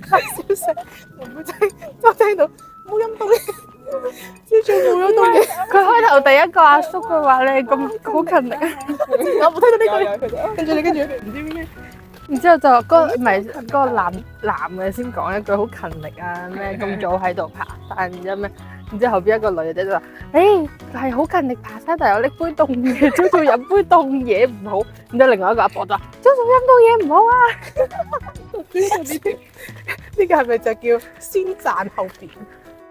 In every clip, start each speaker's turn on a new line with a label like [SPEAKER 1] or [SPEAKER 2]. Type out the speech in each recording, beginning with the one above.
[SPEAKER 1] 成妹仔都聽到冇音到嘅，朝早冇音到嘅，
[SPEAKER 2] 佢開頭第一個阿叔佢話你咁好勤力啊，
[SPEAKER 1] 我冇聽到呢句。跟住你跟住唔知咩，
[SPEAKER 2] 然之後就話嗰個唔係嗰個男男嘅先講一句好勤力啊咩咁早喺度爬山，然之後咩？然之後後邊一個女仔就話：，誒係好勤力爬山，但係我拎杯凍嘢，朝早飲杯凍嘢唔好。然之後另外一個阿婆就話：朝早飲凍嘢唔好啊！
[SPEAKER 1] 呢啲呢個係咪就叫先讚後貶？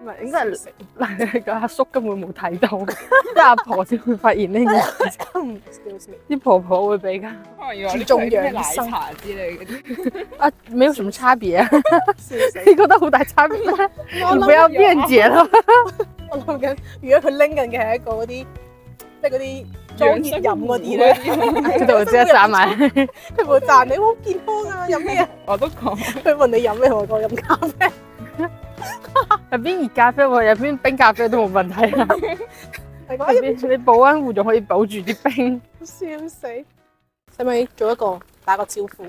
[SPEAKER 2] 唔係應 該係嗱個阿叔根本冇睇到，即係阿婆先會發現呢件事，
[SPEAKER 1] Excuse me
[SPEAKER 2] 啲婆婆會俾㗎。
[SPEAKER 3] 可能以哦為呢
[SPEAKER 1] 注
[SPEAKER 3] 種
[SPEAKER 1] 重
[SPEAKER 3] 咩
[SPEAKER 1] 養
[SPEAKER 3] 奶
[SPEAKER 1] 生
[SPEAKER 3] 茶之類嗰啲，
[SPEAKER 2] 啊，沒有什麼差別啊，
[SPEAKER 1] 笑死！
[SPEAKER 2] 你覺得好大差別咩？
[SPEAKER 1] 我
[SPEAKER 2] 你
[SPEAKER 1] 諗
[SPEAKER 2] 不要辯解咯。
[SPEAKER 1] 我諗緊，如果佢拎緊嘅係一個嗰啲，即係嗰啲裝熱飲嗰啲咧，
[SPEAKER 2] 知道我即刻散埋，
[SPEAKER 1] 佢會讚你好健康啊，飲咩啊？
[SPEAKER 3] 我都講
[SPEAKER 1] 佢問你飲咩，我講飲咖啡。
[SPEAKER 2] 入邊熱咖啡喎，入邊冰咖啡都冇問題啊。
[SPEAKER 1] 係
[SPEAKER 2] 入邊你保溫壺仲可以保住啲冰。
[SPEAKER 1] 笑死！使咪做一個打個招呼？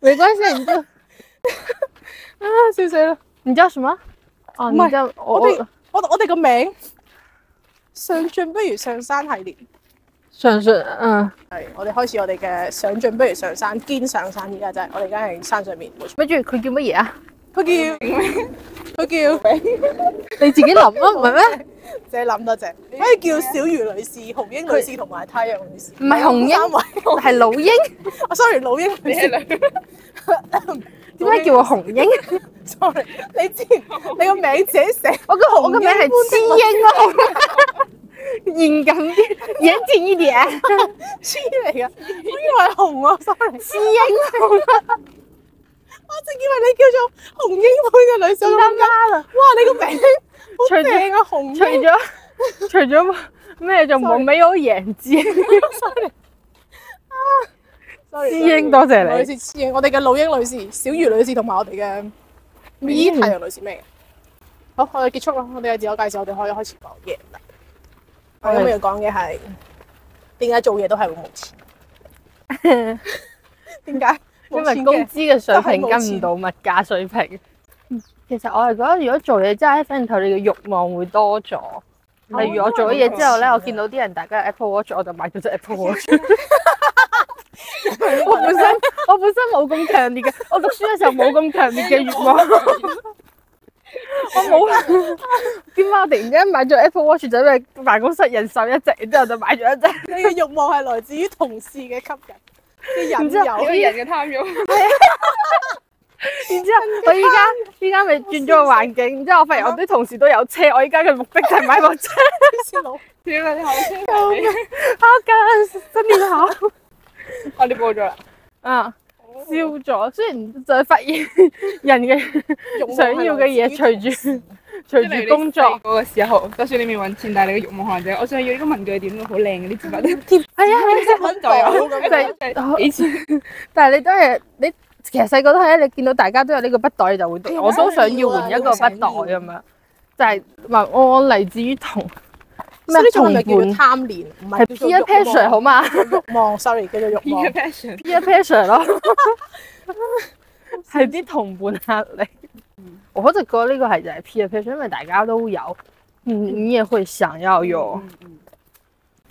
[SPEAKER 2] 沒關係，你就啊，笑死了。你叫什麼？哦，
[SPEAKER 1] 唔
[SPEAKER 2] 你
[SPEAKER 1] 係
[SPEAKER 2] 叫我
[SPEAKER 1] 我哋
[SPEAKER 2] 我
[SPEAKER 1] 我我哋個名上進不如上山系列，
[SPEAKER 2] 上上嗯，
[SPEAKER 1] 係我哋開始我哋嘅上進不如上山兼上山，而家就係我哋而家喺山上面。冇錯
[SPEAKER 2] 咪住佢叫乜嘢啊？
[SPEAKER 1] 佢叫 佢叫，
[SPEAKER 2] 你自己諗啊，唔係 咩？
[SPEAKER 1] 謝諗多謝，可以叫小魚女士、紅英女士同埋太陽女士。
[SPEAKER 2] 唔係紅英
[SPEAKER 1] 三位。
[SPEAKER 2] 係老鷹，
[SPEAKER 1] 我 sorry 老英女
[SPEAKER 3] 你
[SPEAKER 1] 士
[SPEAKER 3] 係兩
[SPEAKER 2] 點解叫我紅鷹？
[SPEAKER 1] ，sorry 你之前你個名自 己寫，
[SPEAKER 2] 我個我個名係雌鷹咯， 嚴謹啲，嚴謹一點，
[SPEAKER 1] 黐嚟㗎，我以為係紅啊，sorry，
[SPEAKER 2] 雌鷹。
[SPEAKER 1] 我正以為你叫做紅英妹嘅女士，我諗緊
[SPEAKER 2] 啦啦，
[SPEAKER 1] 哇你個名
[SPEAKER 2] 除
[SPEAKER 1] 好
[SPEAKER 2] 咗
[SPEAKER 1] 正啊，紅
[SPEAKER 2] 除
[SPEAKER 1] 英，
[SPEAKER 2] 咗除咗咩就冇
[SPEAKER 1] Sorry
[SPEAKER 2] 沒有眼睛。
[SPEAKER 1] Sorry，
[SPEAKER 2] 雌鷹多謝你
[SPEAKER 1] 女士雌鷹，我哋嘅老英女士、小魚女士同埋我哋嘅咪太陽女士咩嘅？好，我哋結束啦，我哋嘅自我介紹，我哋可以開始講嘢啦。我今日要講嘅係點解做嘢都係會冇錢？點解？
[SPEAKER 2] 因為工資嘅水平
[SPEAKER 1] 都係冇錢
[SPEAKER 2] 跟唔到物價水平。其實我係覺得，如果做嘢真係反映透你嘅慾望會多咗。例如我做咗嘢之後咧，
[SPEAKER 1] 我都
[SPEAKER 2] 我
[SPEAKER 1] 係咁
[SPEAKER 2] 見到啲人大家有 Apple Watch，我就買 咗隻 Apple Watch。我本身我本身冇咁強烈嘅，我讀書嘅時候冇咁強烈嘅 慾望。我冇點解我突然之間買咗 Apple Watch 就因為辦公室人手一隻，然之後就買咗一隻。
[SPEAKER 1] 你嘅慾望係來自於同事嘅吸引，嘅
[SPEAKER 2] 然
[SPEAKER 1] 引
[SPEAKER 2] 之後
[SPEAKER 1] 誘。
[SPEAKER 3] 人嘅貪慾。
[SPEAKER 2] 然之後我依家 依家咪轉咗個環境，然之後我發現我啲同事都有車，我依家嘅目的就係買部 車。
[SPEAKER 1] 先佬，
[SPEAKER 3] 屌啊你後生仔，
[SPEAKER 2] 好緊，新年好。
[SPEAKER 3] 我哋哦報咗啦。
[SPEAKER 2] 啊，消咗，雖然就係發現 人嘅
[SPEAKER 1] 慾望係來自
[SPEAKER 2] 想
[SPEAKER 1] 於
[SPEAKER 2] 要嘅嘢隨住
[SPEAKER 3] 即 係
[SPEAKER 2] 隨住工
[SPEAKER 3] 嗰
[SPEAKER 2] 作，
[SPEAKER 3] 個時候，就算你未揾錢，但係你嘅慾望可能就係我想要呢個文具點都好靚嘅啲 紙筆，
[SPEAKER 2] 係啊係啊，
[SPEAKER 1] 揾
[SPEAKER 3] 就有
[SPEAKER 1] 咁
[SPEAKER 2] 就
[SPEAKER 1] 樣。
[SPEAKER 2] 係以前， 但係你都係你其實細個都係啊咧，你見到大家都有呢個筆袋就會，我都想啊要換一個筆袋咁樣，就係話我嚟自於同咩
[SPEAKER 1] 所以呢種係咪叫
[SPEAKER 2] 同
[SPEAKER 1] 做
[SPEAKER 2] 伴
[SPEAKER 1] 貪戀？唔
[SPEAKER 2] 係
[SPEAKER 1] 係叫做
[SPEAKER 2] peer
[SPEAKER 1] 慾
[SPEAKER 2] pressure
[SPEAKER 1] 望
[SPEAKER 2] 好嘛
[SPEAKER 1] 叫做慾望，sorry，叫做慾望
[SPEAKER 3] peer。passion。
[SPEAKER 2] ？peer pressure 咯，係啲同伴壓力。嗯我一直覺得呢個係就係 peer pressure，因為大家都有，你你也會想要有。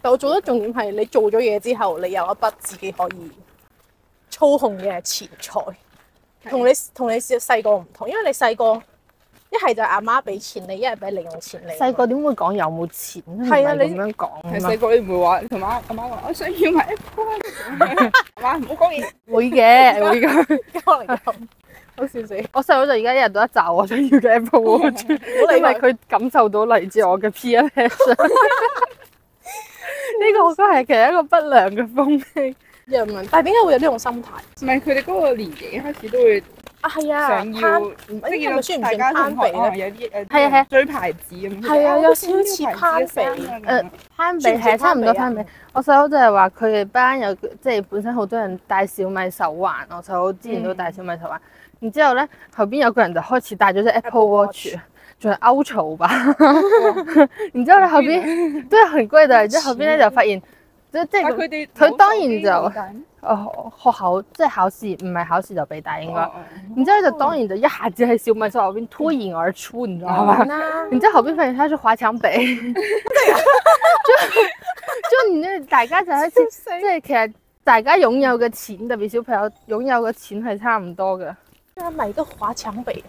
[SPEAKER 1] 但我做得重點係你做咗嘢之後，你有一筆自己可以操控嘅錢財，同你同你細個唔同，因為你細個一係就阿媽俾錢你，一係俾零用錢你。
[SPEAKER 2] 細個點會講有冇錢？
[SPEAKER 1] 係啊
[SPEAKER 2] 唔係
[SPEAKER 1] 你
[SPEAKER 2] 咁樣講
[SPEAKER 3] 係
[SPEAKER 2] 㗎嘛
[SPEAKER 3] 細個你唔會話同媽阿媽話我想要買 Apple，阿媽唔好講嘢。
[SPEAKER 2] 會嘅，會嘅。
[SPEAKER 1] 可能有好笑死，
[SPEAKER 2] 我細佬就而家一日到一集我想要嘅 Apple Watch，
[SPEAKER 1] 唔好理
[SPEAKER 2] 因為
[SPEAKER 1] 佢。
[SPEAKER 2] 佢感受到嚟自我嘅 peer pressure。呢個我覺得係其實一個不良嘅風氣。
[SPEAKER 1] 人民，但係點解會有呢種心態
[SPEAKER 3] 唔係佢哋嗰個年紀開始都會
[SPEAKER 1] 啊？係啊，
[SPEAKER 3] 想要，
[SPEAKER 1] 貪
[SPEAKER 3] 即
[SPEAKER 1] 呢個咪算唔
[SPEAKER 3] 大
[SPEAKER 1] 算
[SPEAKER 3] 家
[SPEAKER 1] 攀
[SPEAKER 3] 同
[SPEAKER 1] 比
[SPEAKER 3] 學可能
[SPEAKER 1] 咧？
[SPEAKER 3] 有啲誒
[SPEAKER 2] 係啊係啊
[SPEAKER 3] 追牌子咁。哦
[SPEAKER 1] 係啊
[SPEAKER 3] 我
[SPEAKER 1] 有
[SPEAKER 3] 想要
[SPEAKER 1] 少似
[SPEAKER 3] 牌子嘅
[SPEAKER 1] 攀
[SPEAKER 3] 衫啊咁樣
[SPEAKER 2] 誒攀比
[SPEAKER 1] 算唔
[SPEAKER 2] 係
[SPEAKER 1] 算
[SPEAKER 2] 差唔多攀
[SPEAKER 1] 攀比
[SPEAKER 2] 比
[SPEAKER 1] 啊。
[SPEAKER 2] 我細佬就係話佢哋班有即係本身好多人戴小米手環，我細佬之前都戴小米手環。然之後咧，後邊有個人就開始戴咗隻嗯 Apple Watch，仲係 Ultra 吧。然之後咧，後嗯邊都係很貴，但係之後後邊咧就發現，即即
[SPEAKER 3] 但
[SPEAKER 2] 係
[SPEAKER 3] 佢哋
[SPEAKER 2] 佢當然就
[SPEAKER 3] 就
[SPEAKER 2] 誒學校即係考試，唔係考試就俾打應該。
[SPEAKER 3] 哦
[SPEAKER 2] 然之後就當然就一下子喺小米手入邊脫穎而出，你知道嗎？
[SPEAKER 1] 啦，
[SPEAKER 2] 然之後後邊發現他是華強北， 就就你那大家就喺
[SPEAKER 1] 笑
[SPEAKER 2] 即
[SPEAKER 1] 死！
[SPEAKER 2] 係其實大家擁有嘅錢，特別小朋友擁有嘅錢係差唔多嘅。
[SPEAKER 1] 啊，買個華強北，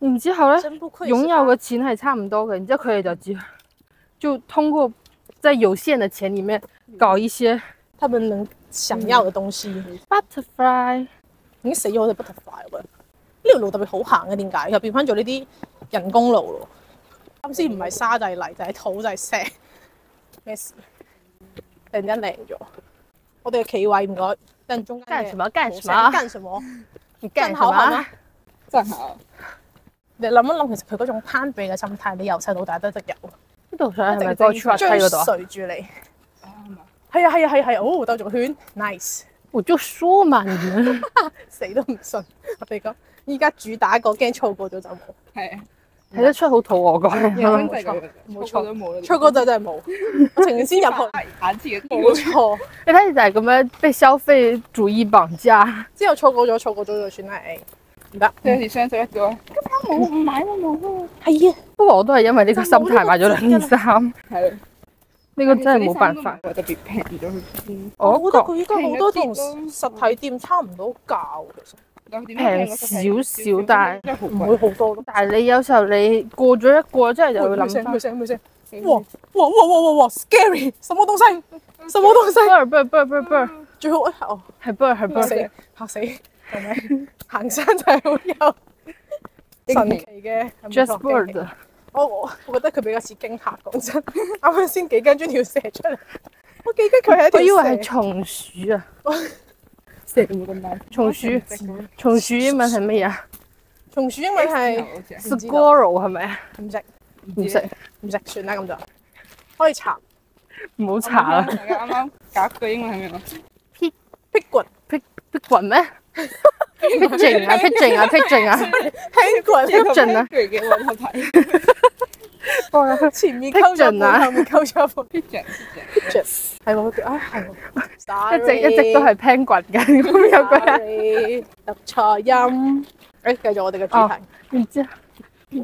[SPEAKER 2] 然之後咧，
[SPEAKER 1] 真不愧是
[SPEAKER 2] 擁有嘅錢係差唔多嘅，然之後佢哋就只就通過在有限嘅錢裡面搞一些
[SPEAKER 1] 他們能想要嘅東西。
[SPEAKER 2] butterfly。
[SPEAKER 1] 已經死咗好似 butterfly 咁樣。呢條路特別好行嘅，點解？又變翻咗呢啲人工路咯。啱先唔係沙就係泥，就係土，就係石。咩事？突然間靚咗。我哋嘅企位唔該，等中間
[SPEAKER 2] 幹
[SPEAKER 1] 嘅
[SPEAKER 2] 什麼？幹
[SPEAKER 1] 哎冇
[SPEAKER 2] 什
[SPEAKER 1] 聲
[SPEAKER 2] 麼？
[SPEAKER 1] 幹什麼？
[SPEAKER 2] 啊你
[SPEAKER 1] 更好行啦。
[SPEAKER 3] 真係
[SPEAKER 1] 你諗一諗，其實佢嗰種攀比嘅心態，你由細到大都得有，
[SPEAKER 2] 呢度啊想係咪
[SPEAKER 1] 一定
[SPEAKER 2] 個 t r 梯
[SPEAKER 1] 追
[SPEAKER 2] 嗰度啊？
[SPEAKER 1] 隨住你。
[SPEAKER 3] 啱啊！
[SPEAKER 1] 係啊係啊係啊係啊，哦兜咗個圈，nice，
[SPEAKER 2] 我就哎說嘛，你 們
[SPEAKER 1] 死都唔信。我哋講，依家主打個驚錯過咗就冇，
[SPEAKER 3] 係啊，
[SPEAKER 2] 睇得出好肚餓
[SPEAKER 3] 有
[SPEAKER 2] 講。
[SPEAKER 3] 分制嘅，
[SPEAKER 1] 冇錯
[SPEAKER 3] 錯都冇啦。
[SPEAKER 1] 錯過咗真係冇。我情願先入去，
[SPEAKER 3] 眼前嘅
[SPEAKER 1] 冇錯。
[SPEAKER 2] 一開始就係咁樣被消費主義綁架，
[SPEAKER 1] 之後錯過咗，錯過咗就算啦，誒唔得，
[SPEAKER 3] 有時雙手一個，今晚冇唔買啦冇啦，
[SPEAKER 1] 係啊，
[SPEAKER 2] 不過我都係因為呢個心態買咗兩件 衫，
[SPEAKER 3] 係啦，
[SPEAKER 2] 呢個真係冇辦法。，
[SPEAKER 3] 特別平咗去邊，
[SPEAKER 2] 我
[SPEAKER 1] 我覺得
[SPEAKER 2] 覺
[SPEAKER 1] 佢依家好多同
[SPEAKER 3] 平一啲
[SPEAKER 1] 實體店差唔多價喎，其實
[SPEAKER 3] 真係好
[SPEAKER 1] 唔會
[SPEAKER 3] 貴。
[SPEAKER 1] 好多咯。
[SPEAKER 2] 但係你有時候你過咗一過，真係就會諗翻
[SPEAKER 1] 佢。聲佢聲，哇哇哇哇哇哇，scary，什麼東西，什麼東西，
[SPEAKER 2] 不不不不，
[SPEAKER 1] 最好哎哦
[SPEAKER 2] 係不係
[SPEAKER 1] 嚇
[SPEAKER 2] 不
[SPEAKER 1] 死嚇死，係 咪？行山就係好有神奇嘅係咪哦
[SPEAKER 2] ，just
[SPEAKER 1] 驚喜
[SPEAKER 2] bird。
[SPEAKER 1] 我我我覺得佢比較似驚嚇，講真， 啱啱先幾跟住條蛇出嚟，我記得佢係一條
[SPEAKER 2] 我以為係
[SPEAKER 1] 蛇
[SPEAKER 2] 松鼠啊，
[SPEAKER 3] 食唔咁大，
[SPEAKER 2] 松鼠，松鼠英文係乜嘢啊
[SPEAKER 1] 松鼠，英文係唔知道
[SPEAKER 2] ？Squirrel 係咪啊？
[SPEAKER 1] 唔識。
[SPEAKER 2] 唔識，
[SPEAKER 1] 唔食算啦咁就，可以查
[SPEAKER 2] 唔好查啊啦。
[SPEAKER 3] 大家啱啱搞句英文係咩啊？
[SPEAKER 1] pigeon
[SPEAKER 2] pigeon 咩？pigeon 啊，pigeon 啊，pigeon 啊
[SPEAKER 1] pigeon
[SPEAKER 3] 句嘅混合體
[SPEAKER 1] 前面溝咗
[SPEAKER 2] pigeon 啊
[SPEAKER 1] 半，後面溝咗半
[SPEAKER 3] ，pigeon
[SPEAKER 1] ，pigeon 係喎，啊係喎，
[SPEAKER 2] 一直一直都係 penguin 嘅，咁有個人。
[SPEAKER 1] sorry，讀錯音。誒，繼續我哋嘅主題，
[SPEAKER 2] 然之後，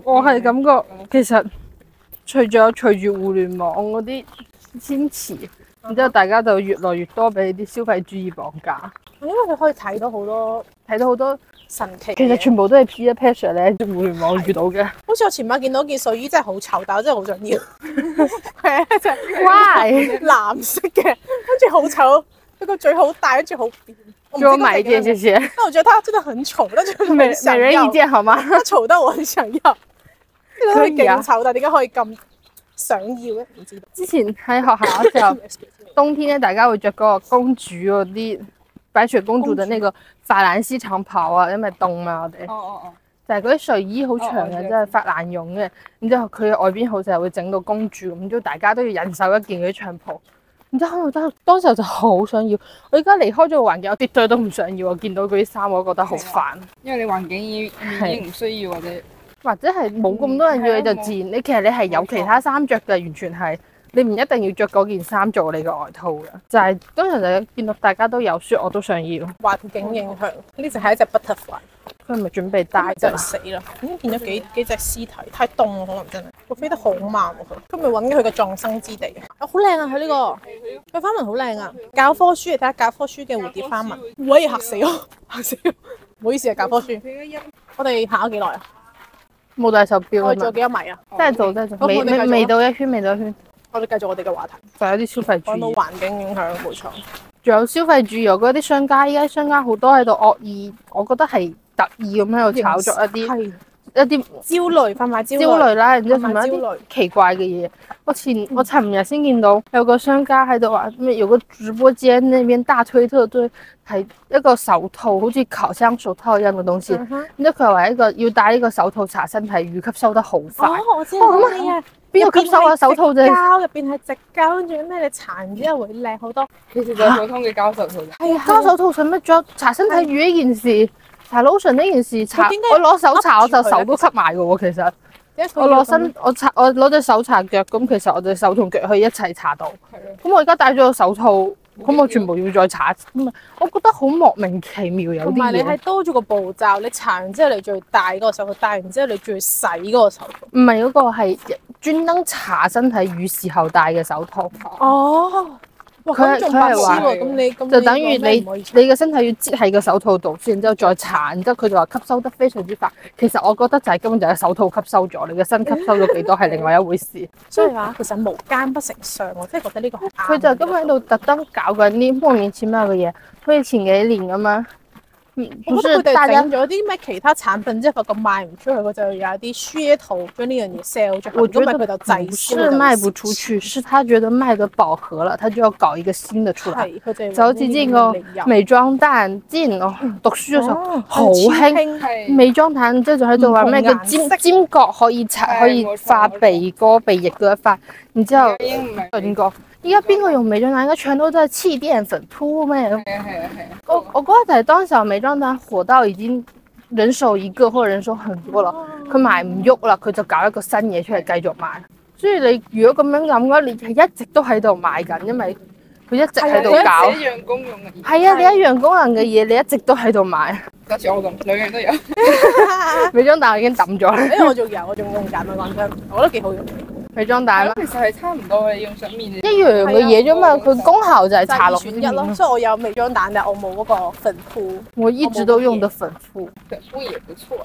[SPEAKER 2] 我係感覺其實隨咗隨住互聯網嗰啲堅持，然之後大家就越來越多俾啲消費主義綁架，
[SPEAKER 1] 因為佢可以睇到好多
[SPEAKER 2] 睇到好多
[SPEAKER 1] 神奇嘅嘢。
[SPEAKER 2] 哦其實全部都係 peer pressure 咧，喺互聯網遇到嘅。
[SPEAKER 1] 好似我前排見到件睡衣真係好醜，但我真係好想 要。 係啊，就係
[SPEAKER 2] Why？
[SPEAKER 1] 藍色嘅，跟住好醜，佢個嘴好大，跟住好扁。我唔知
[SPEAKER 2] 給我
[SPEAKER 1] 嗰
[SPEAKER 2] 買一
[SPEAKER 1] 個係
[SPEAKER 2] 件，
[SPEAKER 1] 點樣
[SPEAKER 2] 謝謝。
[SPEAKER 1] 但我覺得它真的很醜，但是我
[SPEAKER 2] 每
[SPEAKER 1] 很想
[SPEAKER 2] 每人
[SPEAKER 1] 要
[SPEAKER 2] 一件好 嗎？
[SPEAKER 1] 他嘈得我很想要，呢個
[SPEAKER 2] 可
[SPEAKER 1] 係
[SPEAKER 2] 以啊
[SPEAKER 1] 勁醜，但係點解可以咁想要咧？唔知道。
[SPEAKER 2] 之前喺學校嘅時候，冬天咧大家會着嗰個公主嗰啲白雪公主嘅呢個法蘭絲長袍啊，因為凍嘛我哋。
[SPEAKER 3] 哦哦
[SPEAKER 2] 就係嗰啲睡衣好長
[SPEAKER 3] 哦我
[SPEAKER 2] 嘅，
[SPEAKER 3] 知
[SPEAKER 2] 即係發爛絨嘅。然之後佢外邊好似係會整到公主咁，之後大家都要忍受一件嗰啲長袍。然之後我當當時候就好想要，我而家離開咗個環境，我絕對都唔想要。我見到嗰啲衫，我覺得好煩，
[SPEAKER 3] 哦，因為你環境已已經唔需要或者
[SPEAKER 2] 或者係冇咁多人要你
[SPEAKER 3] 嗯係啊
[SPEAKER 2] 就自然。你其實你係有其他衫着嘅，完全係你唔一定要着嗰件衫做你嘅外套嘅。就係、當時就見到大家都有雪，我都想要。
[SPEAKER 1] 環境影響，呢隻係一隻 butterfly，
[SPEAKER 2] 佢係咪準備帶
[SPEAKER 1] 真
[SPEAKER 2] 走
[SPEAKER 1] 係？死啦！已經見咗幾幾隻屍體，太凍啦，可能真係。佢飛得好慢喎，佢佢咪揾緊佢嘅葬身之地啊！好靚啊，佢呢個佢花紋好靚啊！教科書你睇下教科書嘅蝴蝶花紋，喂嚇死我， 嚇死我！唔好意思啊，教科書。
[SPEAKER 3] 哦
[SPEAKER 1] 我哋行咗幾耐啊？
[SPEAKER 2] 冇帶手錶
[SPEAKER 1] 我
[SPEAKER 2] 啊
[SPEAKER 1] 哋仲有
[SPEAKER 2] 嘛？
[SPEAKER 1] 幾多米啊？
[SPEAKER 2] 真係做真係
[SPEAKER 1] 好
[SPEAKER 2] 做，未
[SPEAKER 1] 我哋繼續
[SPEAKER 2] 未
[SPEAKER 1] 啊
[SPEAKER 2] 未到一圈，未到一圈，
[SPEAKER 1] 我哋繼續我哋嘅話題，
[SPEAKER 2] 就有啲消費主
[SPEAKER 1] 講到
[SPEAKER 2] 義。
[SPEAKER 1] 環境影響，冇錯。
[SPEAKER 2] 仲有消費主義，我覺得啲商家依家商家好多喺度惡意，我覺得係特意咁喺度炒作一啲
[SPEAKER 1] 係
[SPEAKER 2] 一啲
[SPEAKER 1] 焦慮，販賣焦
[SPEAKER 2] 焦
[SPEAKER 1] 慮。
[SPEAKER 2] 慮啦，然之後
[SPEAKER 1] 同
[SPEAKER 2] 同
[SPEAKER 1] 埋
[SPEAKER 2] 埋一
[SPEAKER 1] 焦
[SPEAKER 2] 啲
[SPEAKER 1] 慮嗯
[SPEAKER 2] 奇怪嘅嘢。我前我尋日先見到有個商家喺度話咩，有個直播間那邊大推特推係一個手套，好似烤箱手套一樣嘅東西。
[SPEAKER 1] 嗯哼
[SPEAKER 2] 然之後佢話一個要戴呢個手套搽身體乳吸收得好快，
[SPEAKER 1] 哦，我知
[SPEAKER 2] 哦咁
[SPEAKER 1] 道
[SPEAKER 2] 啊
[SPEAKER 1] 你啊，
[SPEAKER 2] 邊個吸收啊手套啫？
[SPEAKER 1] 膠入邊係直膠，跟住咩你搽完之後會靚好多。
[SPEAKER 3] 其實就係普通嘅膠手套啫。
[SPEAKER 1] 係啊，
[SPEAKER 2] 揸手套使乜着？搽身體乳呢件事，搽 lotion 呢件事，搽
[SPEAKER 1] 佢點解
[SPEAKER 2] 我攞手搽我
[SPEAKER 1] 笠住佢
[SPEAKER 2] 就
[SPEAKER 1] 咧
[SPEAKER 2] 手都吸埋嘅喎。其實
[SPEAKER 1] 點解佢
[SPEAKER 2] 我
[SPEAKER 1] 要咁
[SPEAKER 2] 攞身我搽我攞隻手搽腳，咁其實我隻手同腳可以一齊搽到。
[SPEAKER 3] 係咯，
[SPEAKER 2] 咁我而家戴咗個手套，咁我全部要再查，咁啊，我覺得好莫名其妙有
[SPEAKER 1] 同
[SPEAKER 2] 啲
[SPEAKER 1] 埋你係
[SPEAKER 2] 嘢。
[SPEAKER 1] 多咗個步驟，你搽完之後你最大嗰個手套，戴完之後你最細嗰個手套。
[SPEAKER 2] 唔係嗰個係專登搽身體乳事後戴嘅手套，
[SPEAKER 1] 哦，哇，
[SPEAKER 2] 佢係
[SPEAKER 1] 咁仲
[SPEAKER 2] 佢
[SPEAKER 1] 白
[SPEAKER 2] 係
[SPEAKER 1] 痴
[SPEAKER 2] 話
[SPEAKER 1] 喎！咁你咁
[SPEAKER 2] 就等於
[SPEAKER 1] 你
[SPEAKER 2] 你
[SPEAKER 1] 講咩唔可以
[SPEAKER 2] 你嘅身體要擠喺個手套度，然之後再搽，然之後佢就話吸收得非常之快。其實我覺得就係根本就係手套吸收咗，你嘅身吸收咗幾多係另外一回事。
[SPEAKER 1] 所以話其實無奸不成相，我真係覺得呢個係啱
[SPEAKER 2] 佢就今日喺度特登搞緊啲莫名其妙嘅嘢，好似前幾年咁樣，嗯
[SPEAKER 1] 我
[SPEAKER 2] 不
[SPEAKER 1] 覺得
[SPEAKER 2] 是
[SPEAKER 1] 佢哋
[SPEAKER 2] 大家
[SPEAKER 1] 整咗啲咩其他產品之後，發覺賣唔出去，佢就有啲噱頭將呢樣嘢 sell 咗。
[SPEAKER 2] 我
[SPEAKER 1] 如
[SPEAKER 2] 覺
[SPEAKER 1] 果唔
[SPEAKER 2] 得
[SPEAKER 1] 係佢就滯
[SPEAKER 2] 不
[SPEAKER 1] 銷
[SPEAKER 2] 是賣不出去，是他覺得賣得飽和了，他就要搞一個新的出來。
[SPEAKER 1] 係佢哋
[SPEAKER 2] 就好似之前個美妝蛋，之前我讀書
[SPEAKER 1] 哦
[SPEAKER 2] 嘅時候好興
[SPEAKER 1] 興
[SPEAKER 3] 係
[SPEAKER 2] 美妝蛋，之後就喺度話咩
[SPEAKER 1] 唔
[SPEAKER 2] 嘅
[SPEAKER 1] 同顏
[SPEAKER 2] 尖
[SPEAKER 1] 色
[SPEAKER 2] 尖角可以擦
[SPEAKER 3] 係
[SPEAKER 2] 可以
[SPEAKER 3] 冇錯
[SPEAKER 2] 化
[SPEAKER 3] 冇錯
[SPEAKER 2] 鼻哥鼻翼嗰一塊，然之後
[SPEAKER 3] 已經唔係
[SPEAKER 2] 唇角。依家邊個用美妝蛋？而家全都都係氣墊粉撲咩？
[SPEAKER 3] 係啊係啊係啊，
[SPEAKER 2] 我我覺得就係當時候美妝蛋火到已經人手一個或者人手很多啦，
[SPEAKER 1] 哦
[SPEAKER 2] 佢賣唔喐啦，佢就搞一個新嘢出嚟繼續賣。所以你如果咁樣諗嘅話，你係一直都喺度賣緊，因為佢一直
[SPEAKER 3] 啊
[SPEAKER 2] 喺度
[SPEAKER 1] 係
[SPEAKER 2] 搞
[SPEAKER 3] 一。樣公用嘅，
[SPEAKER 2] 係啊，你一樣功能嘅嘢，你一直都喺度買。
[SPEAKER 3] 就似我咁，兩樣都有。
[SPEAKER 2] 美妝蛋我已經抌咗啦，
[SPEAKER 1] 誒，我仲有，我仲用緊啊！講真，我覺得幾好用。
[SPEAKER 2] 美妝蛋啦，
[SPEAKER 3] 其實係差唔多嘅，用上面
[SPEAKER 2] 一樣嘅嘢啫嘛，
[SPEAKER 3] 係啊
[SPEAKER 2] 佢功效就係
[SPEAKER 1] 就係
[SPEAKER 2] 搽
[SPEAKER 1] 二
[SPEAKER 2] 落
[SPEAKER 1] 選一咯，
[SPEAKER 2] 面。
[SPEAKER 1] 所以我有美妝蛋，啊但我冇嗰個粉撲。
[SPEAKER 2] 我一直都用的粉撲，
[SPEAKER 3] 皮膚也不錯。啊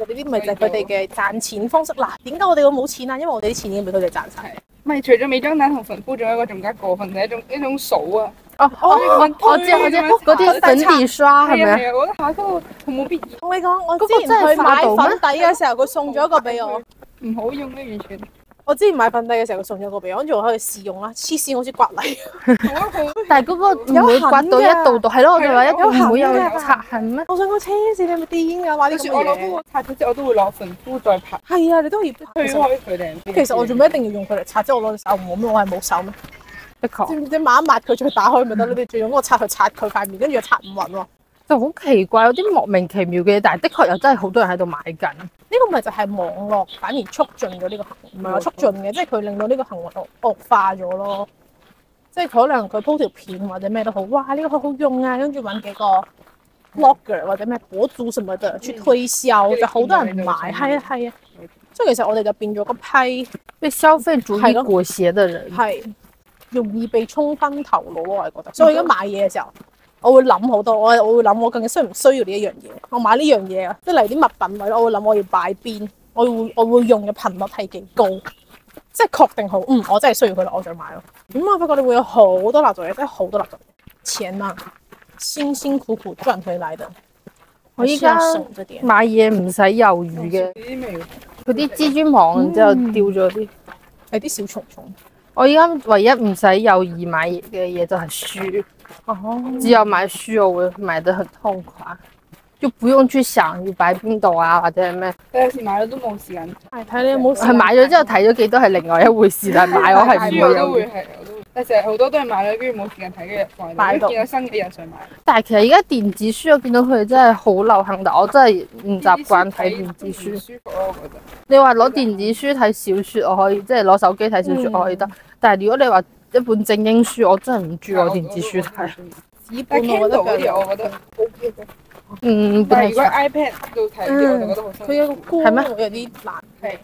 [SPEAKER 1] 呢啲咪就係佢哋嘅賺錢方式嗱，點解我哋會冇錢啊？因為我哋啲錢已經俾佢哋賺晒。
[SPEAKER 3] 唔係，除咗美妝蛋同粉撲，仲有一個仲加過分嘅一種一種數啊！
[SPEAKER 2] 哦哦，
[SPEAKER 3] 哦
[SPEAKER 2] 我知我知，嗰啲粉底刷係
[SPEAKER 3] 係
[SPEAKER 2] 咪
[SPEAKER 3] 啊
[SPEAKER 2] 啊？
[SPEAKER 3] 係啊，我覺得嚇嗰個冇必要，
[SPEAKER 1] 同你講，我之
[SPEAKER 2] 嗰個
[SPEAKER 1] 前
[SPEAKER 2] 真係
[SPEAKER 1] 去買
[SPEAKER 2] 化道咩
[SPEAKER 1] 粉底嘅時候，佢送咗一個俾我。
[SPEAKER 3] 唔好用咧，完 全。
[SPEAKER 1] 我之前買粉底嘅時候，佢送咗個俾我，跟住我喺度試用啦，黐線好似刮泥。
[SPEAKER 3] 好啊好啊，
[SPEAKER 2] 但係嗰個唔會刮到一度度，係咯，我就話一定唔會有擦痕咩？
[SPEAKER 1] 我想講黐線，你係咪癲㗎？買
[SPEAKER 3] 就
[SPEAKER 1] 啲咁
[SPEAKER 3] 算我
[SPEAKER 1] 嘅
[SPEAKER 3] 攞嗰
[SPEAKER 1] 嘢。
[SPEAKER 3] 個擦咗之後，我都會攞粉撲再拍
[SPEAKER 1] 係啊，你都要。
[SPEAKER 3] 推
[SPEAKER 1] 其實
[SPEAKER 3] 開佢哋。
[SPEAKER 1] 其實我做咩一定要用佢嚟擦？即係我攞隻手唔好咩？我係冇手咩？
[SPEAKER 2] 的確
[SPEAKER 3] 哦
[SPEAKER 1] 知唔知抹一抹佢再打開咪得？你哋仲用嗰個擦去擦佢塊面，跟住又擦唔勻喎。
[SPEAKER 2] 就好奇怪，有啲莫名其妙嘅嘢，但係的確又真係好多人喺度買緊。
[SPEAKER 1] 呢個咪就係網絡反而促進咗呢個行為，唔係話啊促進嘅，即係佢令到呢個行為惡惡化咗咯。即係佢可能佢鋪條片或者咩都好，哇呢、個好好用啊，跟住揾幾個 blogger 或者咩博主什麼的去推銷，就好多人買，係啊係啊。所以其實我哋就變咗個批
[SPEAKER 2] 被消費主
[SPEAKER 1] 係
[SPEAKER 2] 義
[SPEAKER 1] 咯
[SPEAKER 2] 裹挟的人，
[SPEAKER 1] 係容易被衝昏頭腦咯，我係覺
[SPEAKER 2] 嗯
[SPEAKER 1] 得。所以而家買嘢嘅時候，我會諗好多，我我會諗我究竟需唔需要呢一樣嘢？我買呢樣嘢啊，即係例如啲物品位咯，我會諗我要擺邊，我會我會用嘅頻率係幾高，即係確定好，嗯，我真係需要佢啦，我再買咯。咁、我發覺你會有好多垃圾嘢，真係好多垃圾嘢。錢啊，辛辛苦苦賺回來的，
[SPEAKER 2] 我依家嗯
[SPEAKER 1] 還是要省着點。
[SPEAKER 2] 買嘢唔使猶豫嘅
[SPEAKER 3] 呢。啲咩？
[SPEAKER 2] 嗰啲蜘蛛網，然之後掉咗啲。
[SPEAKER 1] 係啲小蟲蟲。
[SPEAKER 2] 我依家唯一唔使猶豫買嘅嘢就係書，
[SPEAKER 1] 哦，
[SPEAKER 2] 只有買書我會買得很痛快，就不用去想要擺邊度啊或者係咩。
[SPEAKER 3] 我有時買咗都冇時間，
[SPEAKER 1] 係睇你有冇時
[SPEAKER 2] 係
[SPEAKER 1] 間
[SPEAKER 2] 買咗之後睇咗幾多係另外一回事，但係買我係唔
[SPEAKER 3] 書我
[SPEAKER 2] 會
[SPEAKER 3] 都
[SPEAKER 2] 猶
[SPEAKER 3] 會
[SPEAKER 2] 豫。
[SPEAKER 3] 係我都會，但係成日好多都係買咗，跟住冇時間睇嘅，跟住
[SPEAKER 1] 擺到
[SPEAKER 3] 見到新嘅人想買。
[SPEAKER 2] 但係其實而家電子書我見到佢哋真係好流行，但我真係唔習慣睇電子書。
[SPEAKER 3] 舒服咯，我覺得。
[SPEAKER 2] 你話攞電子書睇小説，我可以，即係攞手機睇小説，我可以得。但係如果你話一本正經書，我真係唔中意
[SPEAKER 3] 啊
[SPEAKER 2] 攞電子書睇。。
[SPEAKER 1] 紙
[SPEAKER 3] 但
[SPEAKER 1] 本，
[SPEAKER 3] 係
[SPEAKER 1] 我
[SPEAKER 3] Kindle
[SPEAKER 1] 覺
[SPEAKER 3] 嗰
[SPEAKER 1] 得
[SPEAKER 3] 啲
[SPEAKER 1] 佢
[SPEAKER 3] 我覺得 O K 嘅，
[SPEAKER 2] 嗯，不
[SPEAKER 3] 但
[SPEAKER 2] 太
[SPEAKER 3] 係如果
[SPEAKER 2] 熟
[SPEAKER 3] iPad 度睇啲我就覺得好辛苦。
[SPEAKER 1] 佢
[SPEAKER 2] 嗯
[SPEAKER 1] 有個光
[SPEAKER 2] 係咩
[SPEAKER 1] 有啲難。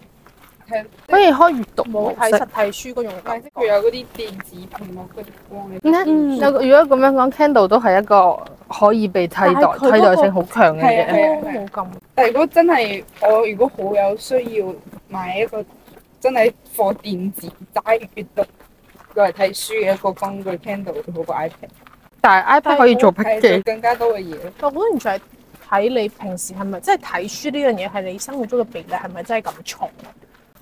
[SPEAKER 3] 係
[SPEAKER 2] 可以開閱讀模
[SPEAKER 1] 冇睇
[SPEAKER 2] 式
[SPEAKER 1] 實。體書嗰種
[SPEAKER 3] 但
[SPEAKER 1] 感
[SPEAKER 3] 係
[SPEAKER 1] 覺，
[SPEAKER 3] 佢有嗰啲電子屏幕嗰啲光嘅。
[SPEAKER 2] 你睇
[SPEAKER 1] 嗯
[SPEAKER 2] 有個如果咁樣講，Kindle 都係一個可以被替代、
[SPEAKER 1] 但係佢嗰個
[SPEAKER 2] 替代性好強嘅
[SPEAKER 3] 係啊
[SPEAKER 2] 嘢。
[SPEAKER 1] 都冇咁
[SPEAKER 3] 但係如果真係我如果好有需要買一個真係放電子齋閱讀攞嚟睇書嘅一個工具 Kindle 會好過 iPad，
[SPEAKER 2] 但係
[SPEAKER 1] 但
[SPEAKER 2] iPad
[SPEAKER 1] 係
[SPEAKER 2] 可以做筆
[SPEAKER 3] 係做
[SPEAKER 2] 記，
[SPEAKER 3] 更加多嘅嘢。
[SPEAKER 1] 我好完全係睇你平時係咪，即係睇書呢樣嘢係你生活中嘅比例係咪真係咁重？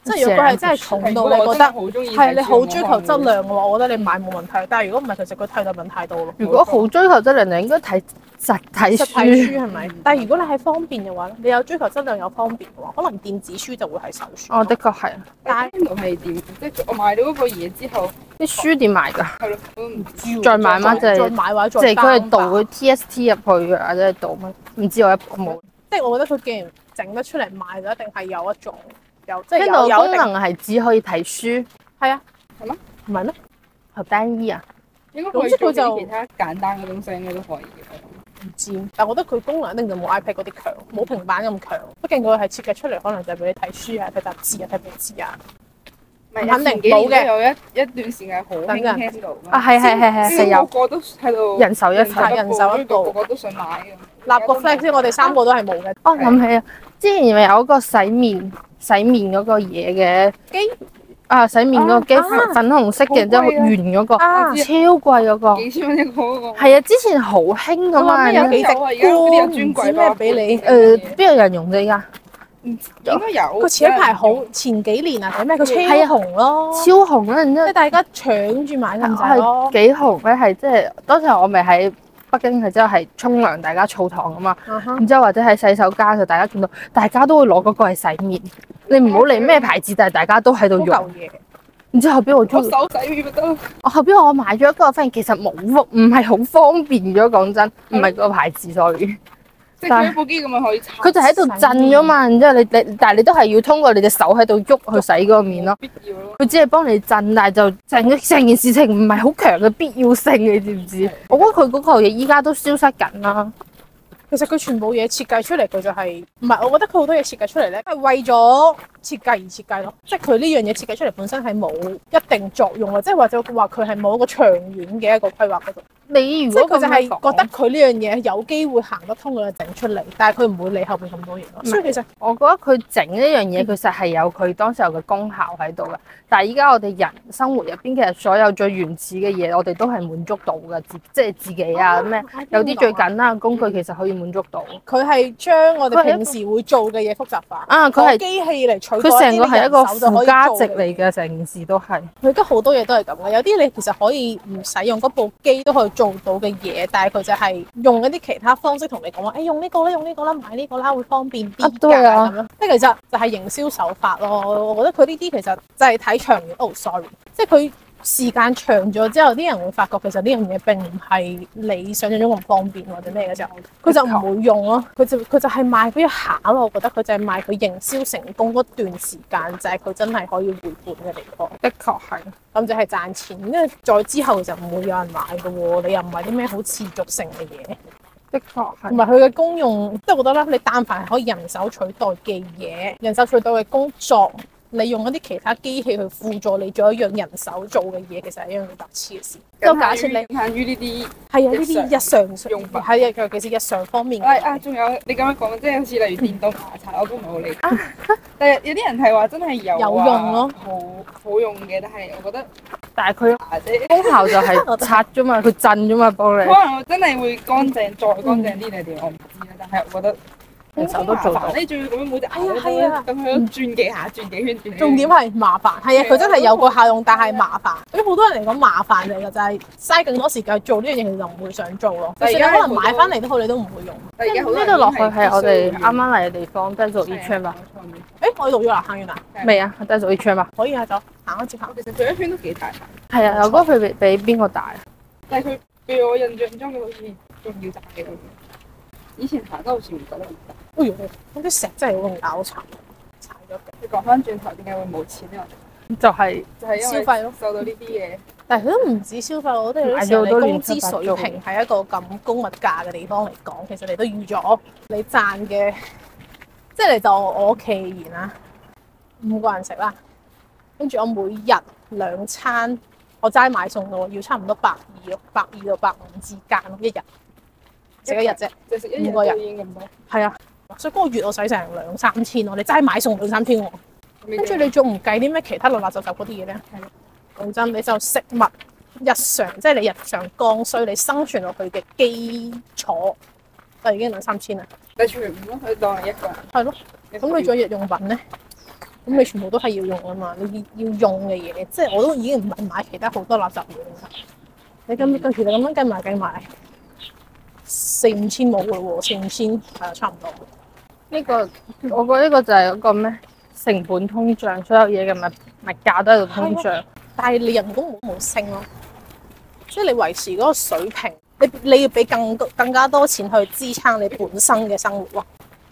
[SPEAKER 1] 即係如果係真係重到你覺得
[SPEAKER 3] 好中意，
[SPEAKER 1] 係你好追求質，量嘅話，我覺得你買冇問題。但係如果唔係，其實佢替代品太多咯。
[SPEAKER 2] 如果好追求質量，就應該睇實體
[SPEAKER 1] 實體書
[SPEAKER 2] 書。
[SPEAKER 1] 係咪？但係如果你係方便嘅話咧，你有追求質量有方便嘅話，可能電子書就會係手書。
[SPEAKER 2] 哦，的確係。
[SPEAKER 3] 但係 Kindle 係點？即係我買到嗰個嘢之後，
[SPEAKER 2] 啲書點買㗎？
[SPEAKER 3] 係咯，我都唔知。
[SPEAKER 2] 再買嗎即係
[SPEAKER 1] 哦再買或者
[SPEAKER 2] 即
[SPEAKER 1] 再
[SPEAKER 2] 係佢係
[SPEAKER 1] 包
[SPEAKER 2] 導
[SPEAKER 1] 吧
[SPEAKER 2] 佢 TST 入去嘅，啊或者係導乜？唔知我一我冇。
[SPEAKER 1] 即係我覺得佢既然整得出嚟賣，就一定係有一種有即係有
[SPEAKER 2] Kindle
[SPEAKER 1] 有一
[SPEAKER 2] 功
[SPEAKER 1] 定
[SPEAKER 2] 能係只可以睇書，
[SPEAKER 1] 係啊，
[SPEAKER 3] 係咩？
[SPEAKER 1] 唔係咩？
[SPEAKER 2] 好單一啊！
[SPEAKER 3] 應該
[SPEAKER 1] 總
[SPEAKER 3] 可以
[SPEAKER 1] 之佢
[SPEAKER 3] 做
[SPEAKER 1] 就
[SPEAKER 3] 啲其他簡單嘅東西，應該都可以嘅。
[SPEAKER 1] 唔知，但我覺得佢功能一定就冇 iPad 嗰啲強，冇平板咁強。畢竟佢係設計出嚟，可能就係俾你睇書啊、睇雜誌啊、睇報紙啊。
[SPEAKER 3] 唔係
[SPEAKER 1] 肯定
[SPEAKER 3] 前幾年
[SPEAKER 1] 冇嘅
[SPEAKER 3] 都有一一段時間好
[SPEAKER 1] 等
[SPEAKER 3] 興
[SPEAKER 1] 緊
[SPEAKER 3] handle
[SPEAKER 2] 啊，係係係係係有
[SPEAKER 3] 個個都喺度
[SPEAKER 2] 人手一
[SPEAKER 3] 人
[SPEAKER 2] 塊。
[SPEAKER 1] 塊人手一部
[SPEAKER 3] 個個都想買嘅。
[SPEAKER 1] 立個 flag 先，我哋三個都係冇嘅。
[SPEAKER 2] 我諗起啊，之前咪有嗰個洗面洗面嗰個嘢嘅
[SPEAKER 1] 機
[SPEAKER 2] 啊，洗面嗰個機
[SPEAKER 1] 啊
[SPEAKER 2] 粉粉紅色
[SPEAKER 3] 好
[SPEAKER 2] 嘅，然之後
[SPEAKER 3] 貴啊
[SPEAKER 2] 圓嗰個，超
[SPEAKER 1] 啊
[SPEAKER 3] 我知
[SPEAKER 2] 貴嗰個。
[SPEAKER 3] 幾千蚊一個嗰個。
[SPEAKER 2] 係啊，之前好興噶嘛，
[SPEAKER 1] 我諗有
[SPEAKER 2] 誒
[SPEAKER 1] 幾隻
[SPEAKER 3] 有啊而家嗰啲有專
[SPEAKER 1] 唔知
[SPEAKER 3] 櫃
[SPEAKER 1] 咩
[SPEAKER 3] 咯
[SPEAKER 1] 俾你
[SPEAKER 2] 邊有人用啫而家？
[SPEAKER 1] 哦
[SPEAKER 3] 應該有。
[SPEAKER 1] 佢前一排好，前幾年啊，睇咩佢超
[SPEAKER 2] 係啊
[SPEAKER 1] 紅咯，
[SPEAKER 2] 超紅啦，然之
[SPEAKER 1] 即
[SPEAKER 2] 後
[SPEAKER 1] 係大家搶住買咁滯
[SPEAKER 2] 係
[SPEAKER 1] 咯。
[SPEAKER 2] 幾紅咧，係即係當時我咪喺北京，係之後係沖涼，大家澡堂噶嘛，
[SPEAKER 1] 啊哈
[SPEAKER 2] 然之後或者喺洗手間就大家見到，大家都會攞嗰個嚟洗面，你唔好理咩牌子，但係大家都喺
[SPEAKER 1] 好
[SPEAKER 2] 度用。
[SPEAKER 1] 舊嘢，
[SPEAKER 2] 然之後後邊我
[SPEAKER 3] 我
[SPEAKER 2] 都
[SPEAKER 3] 手洗咪得咯。
[SPEAKER 2] 我哦後邊我買咗一個，發現其實冇福唔係好方便咗，講真，唔係個牌子 sorry，
[SPEAKER 3] 即
[SPEAKER 2] 但
[SPEAKER 3] 係佢部機咁樣可以拆。
[SPEAKER 2] 佢就喺度震咗嘛，然之後你你但係你都係要通過你隻手喺度喐去洗嗰個面咯。
[SPEAKER 3] 必要咯。
[SPEAKER 2] 佢只係幫你震，但係就成個成件事情唔係好強嘅必要性，你知唔知？我覺得佢嗰嚿嘢依家都消失緊啦。
[SPEAKER 1] 其實佢全部嘢設計出嚟，佢就係唔係？我覺得佢好多嘢設計出嚟咧，係為咗設計而設計咯。即係佢呢樣嘢設計出嚟本身係冇一定作用啊，即係或者話佢係冇一個長遠嘅一個規劃嗰度。
[SPEAKER 2] 你如
[SPEAKER 1] 即係
[SPEAKER 2] 果
[SPEAKER 1] 佢就係
[SPEAKER 2] 係
[SPEAKER 1] 覺得，佢呢樣嘢有機會行得通，佢就整出嚟，但係佢唔會理後邊咁多嘢咯。
[SPEAKER 2] 係
[SPEAKER 1] 所以其實
[SPEAKER 2] 我覺得佢整呢樣嘢，佢實係有佢當時候嘅功效喺度嘅。但係依家我哋人生活入邊，其實所有最原始嘅嘢，我哋都係滿足到嘅，自即係自己啊咩，有啲最簡單嘅工具
[SPEAKER 1] 嗯
[SPEAKER 2] 其實可以滿足到。
[SPEAKER 1] 佢係將我哋
[SPEAKER 2] 佢係一個
[SPEAKER 1] 平時會做嘅嘢複雜化。
[SPEAKER 2] 啊，佢
[SPEAKER 1] 攞
[SPEAKER 2] 係
[SPEAKER 1] 機器嚟取代
[SPEAKER 2] 佢成個係一個
[SPEAKER 1] 呢啲人手就可
[SPEAKER 2] 附
[SPEAKER 1] 以做
[SPEAKER 2] 加
[SPEAKER 1] 嘅
[SPEAKER 2] 值嚟。嘅，成件事都係。
[SPEAKER 1] 佢而家好多嘢都係咁嘅，有啲你其實可以唔使用嗰部機都可以做到嘅嘢，但係佢就係用一啲其他方式同你講話，誒、哎用呢個啦，用呢個啦，買呢個啦，會方便啲
[SPEAKER 2] 啊
[SPEAKER 1] 㗎
[SPEAKER 2] 對啊
[SPEAKER 1] 咁樣。即係其實就係營銷手法咯。我覺得佢呢啲其實就係睇長遠。哦，sorry，即係佢時間長咗之後，啲人會發覺其實呢樣嘢並唔係你想象中咁方便或者咩嘅時候，佢就唔會用咯。佢 就佢就係賣嗰一下咯。我覺得佢就係賣佢營銷成功嗰段時間，就係、佢真係可以回本嘅地方。
[SPEAKER 2] 的確係。
[SPEAKER 1] 咁就係賺錢，因為再之後就唔會有人買嘅喎，你又唔係啲咩好持續性嘅嘢，
[SPEAKER 2] 的確
[SPEAKER 1] 同
[SPEAKER 2] 係，
[SPEAKER 1] 埋佢嘅功用，即係我覺得啦，你但凡係可以人手取代嘅嘢，人手取代嘅工作，你用一啲其他機器去輔助你做一樣人手做嘅嘢，其實係一樣好白痴嘅事。就假設你係
[SPEAKER 3] 僅限於呢啲。
[SPEAKER 1] 啊，呢啲日常
[SPEAKER 3] 用品
[SPEAKER 1] 係啊，尤其是日常方面
[SPEAKER 3] 係
[SPEAKER 1] 嘅
[SPEAKER 3] 啊，
[SPEAKER 1] 嘢，
[SPEAKER 3] 仲有你咁樣講，即係好似例如電動牙刷，我都唔係好理解。 但係有啲人係話真係有啊
[SPEAKER 1] 啊有用咯，
[SPEAKER 3] 好好用嘅。但係我覺得
[SPEAKER 2] 但係佢
[SPEAKER 3] 牙啫，
[SPEAKER 2] 功效就 係刷啫嘛，佢震啫嘛，幫
[SPEAKER 3] 可
[SPEAKER 2] 你。
[SPEAKER 3] 能我真係會乾淨再乾淨啲定係點，我唔知啊啦。但係我覺得
[SPEAKER 2] 人手都做到
[SPEAKER 3] 好麻煩你仲要咁樣哎每隻牙
[SPEAKER 1] 係啊係啊
[SPEAKER 3] 咁樣轉幾下，轉幾圈，轉幾圈
[SPEAKER 1] 重點係麻煩，係啊，佢真係有個效用，但係麻煩。對於好多人嚟講，麻煩嚟嘅就係嘥更多時間做呢樣嘢，其實唔會想做咯。就
[SPEAKER 3] 但係
[SPEAKER 1] 算
[SPEAKER 3] 而
[SPEAKER 1] 你
[SPEAKER 3] 家
[SPEAKER 1] 可能
[SPEAKER 3] 好多
[SPEAKER 1] 買翻嚟都好，你都唔會用。
[SPEAKER 3] 但係而家啊好多
[SPEAKER 2] 呢
[SPEAKER 3] 人
[SPEAKER 2] 度落去係我哋啱
[SPEAKER 3] 係
[SPEAKER 2] 啱嚟嘅地方，低俗
[SPEAKER 3] 必須
[SPEAKER 2] E
[SPEAKER 3] 要
[SPEAKER 2] tram 啊？
[SPEAKER 1] 誒、我哋錄咗啦，行完啦，
[SPEAKER 2] 未啊？低俗 E tram 啊？
[SPEAKER 1] 可以啊，走，行開接行
[SPEAKER 3] 我。其實做一圈都幾大下，
[SPEAKER 2] 係啊，我嗰個比比邊個啊大？
[SPEAKER 3] 但係佢俾我印象中嘅好似仲要大嘅咁樣。以前行得好似唔覺得咁大。
[SPEAKER 1] 哎呦，咁啲石真係好容易咬殘，踩咗腳。
[SPEAKER 3] 你講翻轉頭，點解會冇錢咧？
[SPEAKER 2] 就係
[SPEAKER 3] 就係因為
[SPEAKER 1] 消費咯
[SPEAKER 3] 受到呢啲嘢。
[SPEAKER 1] 但係佢都唔止消費，我覺得有啲時候你工資水平係一個咁高物價嘅地方嚟講，其實你都預咗你賺嘅，即係你就我屋企而言啦，五個人食啦，跟住我每日兩餐，我齋買餸嘅喎，要差唔多百二咯，百二到百五之間咯，一日食一日啫。
[SPEAKER 3] 就食一日
[SPEAKER 1] 五個人
[SPEAKER 3] 都已經咁多，
[SPEAKER 1] 係啊，所以嗰個月我使成兩三千喎，你齋買餸兩三千喎。跟
[SPEAKER 3] 跟
[SPEAKER 1] 住你仲唔計啲咩其他垃垃雜雜嗰啲嘢咧
[SPEAKER 3] 啊係咯？
[SPEAKER 1] 講真，你就食物日常，即係你日常剛需，你生存落去嘅基礎就已經兩三千啦。
[SPEAKER 3] 你全部咯，佢當係一個人。
[SPEAKER 1] 係咯，
[SPEAKER 3] 一個
[SPEAKER 1] 咁你
[SPEAKER 3] 月
[SPEAKER 1] 仲有日用品咧？咁你全部都係要用啊嘛，你要要用嘅嘢，即係我都已經唔係買其他好多垃圾嘢啦。你
[SPEAKER 3] 嗯
[SPEAKER 1] 咁咁其實咁樣計埋計埋，四五千冇嘅喎，四五千係啊，差唔多。
[SPEAKER 2] 呢個，我覺得呢個就係嗰個咩成本通脹，所有嘢嘅物物價都喺度通脹。
[SPEAKER 1] 但係你人工冇冇升咯，即係你維持嗰個水平，你你要俾更更加多錢去支撐你本身嘅生活咯。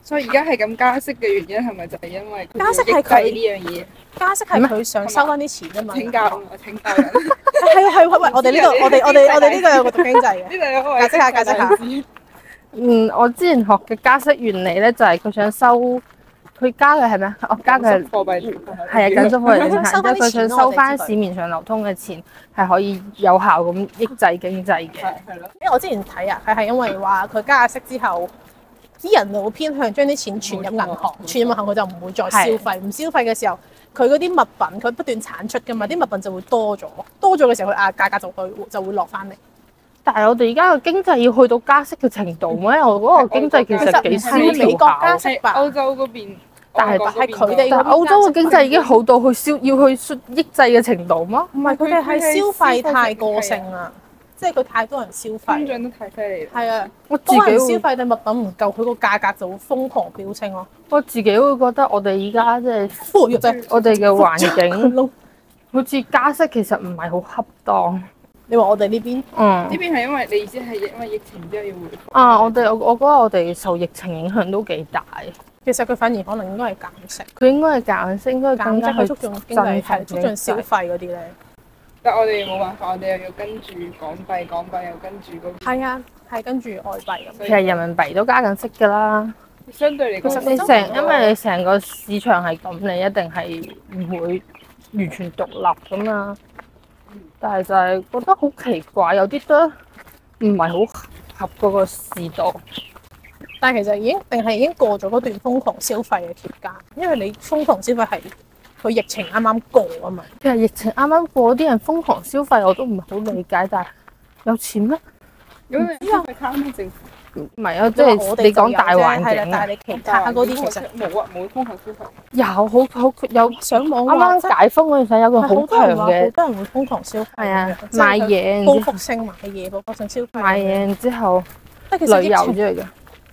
[SPEAKER 3] 所以而家係咁加息嘅原因係咪就係因為
[SPEAKER 1] 加息係
[SPEAKER 3] 係
[SPEAKER 1] 佢
[SPEAKER 3] 呢樣嘢？
[SPEAKER 1] 加息係佢想收翻啲錢啫嘛。
[SPEAKER 3] 請教我，請教人。呢
[SPEAKER 1] 係啊係啊 喂，我哋呢度我哋我
[SPEAKER 3] 啊
[SPEAKER 1] 哋我哋呢個有個讀經濟嘅，
[SPEAKER 3] 度有個
[SPEAKER 1] 解釋下解釋下。
[SPEAKER 2] 嗯，我之前學嘅加息原理咧，就係佢想收佢加嘅係咩啊？我加嘅係
[SPEAKER 3] 貨幣
[SPEAKER 2] 係啊，緊縮貨幣政策，
[SPEAKER 1] 收
[SPEAKER 2] 然
[SPEAKER 1] 返啲
[SPEAKER 2] 之後佢想
[SPEAKER 1] 錢咯
[SPEAKER 2] 收
[SPEAKER 1] 我哋
[SPEAKER 2] 翻
[SPEAKER 1] 知道
[SPEAKER 2] 市面上流通嘅錢，係可以有效咁抑制經濟嘅。
[SPEAKER 3] 係係咯，
[SPEAKER 1] 因為我之前睇啊，佢係因為話佢加息之後，啲人就會偏向將啲錢存入銀行，
[SPEAKER 3] 冇錯
[SPEAKER 1] 存入銀行佢就唔會再消費，唔消費嘅時候，佢嗰啲物品佢不斷產出㗎嘛，啲物品就會多咗，多咗嘅時候佢啊價格就會就會落翻嚟。
[SPEAKER 2] 但係我哋而家嘅經濟要去到加息嘅程度咩？我嗰個經濟其實
[SPEAKER 1] 其
[SPEAKER 2] 幾
[SPEAKER 1] 實唔係美
[SPEAKER 2] 蕭
[SPEAKER 1] 國
[SPEAKER 2] 條
[SPEAKER 1] 加
[SPEAKER 2] 下
[SPEAKER 1] 息
[SPEAKER 3] 係歐洲嗰邊，
[SPEAKER 2] 但係
[SPEAKER 3] 外國嗰邊
[SPEAKER 1] 係佢哋
[SPEAKER 2] 但係歐洲嘅經濟已經好到去消要去縮抑制嘅程度嗎？
[SPEAKER 1] 唔係佢哋係消費太
[SPEAKER 3] 啊
[SPEAKER 1] 過盛啦，即係佢啊太多人消
[SPEAKER 3] 通
[SPEAKER 1] 費，
[SPEAKER 3] 脹都太犀利啦。
[SPEAKER 1] 係啊，
[SPEAKER 2] 我自己
[SPEAKER 1] 多人消
[SPEAKER 2] 會
[SPEAKER 1] 費嘅物品唔夠，佢個價格就會瘋狂飆升咯。
[SPEAKER 2] 我自己會覺得我哋而家即係
[SPEAKER 1] 副業啫，
[SPEAKER 2] 我哋嘅環 境，
[SPEAKER 1] 窿
[SPEAKER 2] 好似加息其實唔係好恰當。
[SPEAKER 1] 你話我哋呢邊
[SPEAKER 2] 嗯
[SPEAKER 3] 呢。邊係因為你意思係因為疫情之後要回復
[SPEAKER 2] 啊！我哋我我覺得我哋受疫情影響都幾大，
[SPEAKER 1] 其實佢反而可能應該係減息。
[SPEAKER 2] 佢應該係減息，應該
[SPEAKER 1] 減
[SPEAKER 2] 更
[SPEAKER 1] 息
[SPEAKER 2] 加去
[SPEAKER 1] 去促進經濟，係促進消
[SPEAKER 2] 經濟
[SPEAKER 1] 費嗰啲咧。
[SPEAKER 3] 但我哋冇辦法，我哋又要跟住港幣，港幣又跟住嗰邊，
[SPEAKER 1] 係啊，係跟住外幣咁。
[SPEAKER 3] 所
[SPEAKER 2] 其實人民幣都加緊息㗎啦。
[SPEAKER 3] 以相對嚟
[SPEAKER 1] 其實
[SPEAKER 2] 你
[SPEAKER 1] 都
[SPEAKER 3] 講，
[SPEAKER 1] 唔
[SPEAKER 2] 成
[SPEAKER 1] 多
[SPEAKER 2] 因為你成個市場係咁，你一定係唔會完全獨立㗎嘛。但係就係覺得好奇怪，有啲都唔係好合嗰個市道。
[SPEAKER 1] 但係其實已經定係已經過咗嗰段瘋狂消費嘅期間，因為你瘋狂消費係佢疫情啱啱過啊嘛。
[SPEAKER 2] 其實疫情啱啱過，啲人瘋狂消費，我都唔係好理解。但係有錢咩？
[SPEAKER 3] 咁
[SPEAKER 1] 啊
[SPEAKER 3] 你因為卡咩政府？
[SPEAKER 2] 唔係啊，即係你講大環
[SPEAKER 1] 係啦
[SPEAKER 2] 境啊
[SPEAKER 1] 但係你其他嗰啲其實
[SPEAKER 3] 冇啊，冇通行消費。
[SPEAKER 2] 有好好有
[SPEAKER 1] 上網話
[SPEAKER 2] 啱啱解封嗰陣時，有個
[SPEAKER 1] 係
[SPEAKER 2] 好
[SPEAKER 1] 好
[SPEAKER 2] 強
[SPEAKER 1] 多人話，好
[SPEAKER 2] 嘅
[SPEAKER 1] 多人會瘋狂消費。
[SPEAKER 2] 係啊，
[SPEAKER 1] 即係
[SPEAKER 2] 買
[SPEAKER 1] 佢
[SPEAKER 2] 嘢，
[SPEAKER 1] 報
[SPEAKER 2] 然之後
[SPEAKER 1] 復性買嘢，報復性消費。
[SPEAKER 2] 買嘢，。然之後
[SPEAKER 1] 但其實
[SPEAKER 2] 旅
[SPEAKER 1] 疫
[SPEAKER 2] 遊之
[SPEAKER 1] 情
[SPEAKER 2] 類嘅。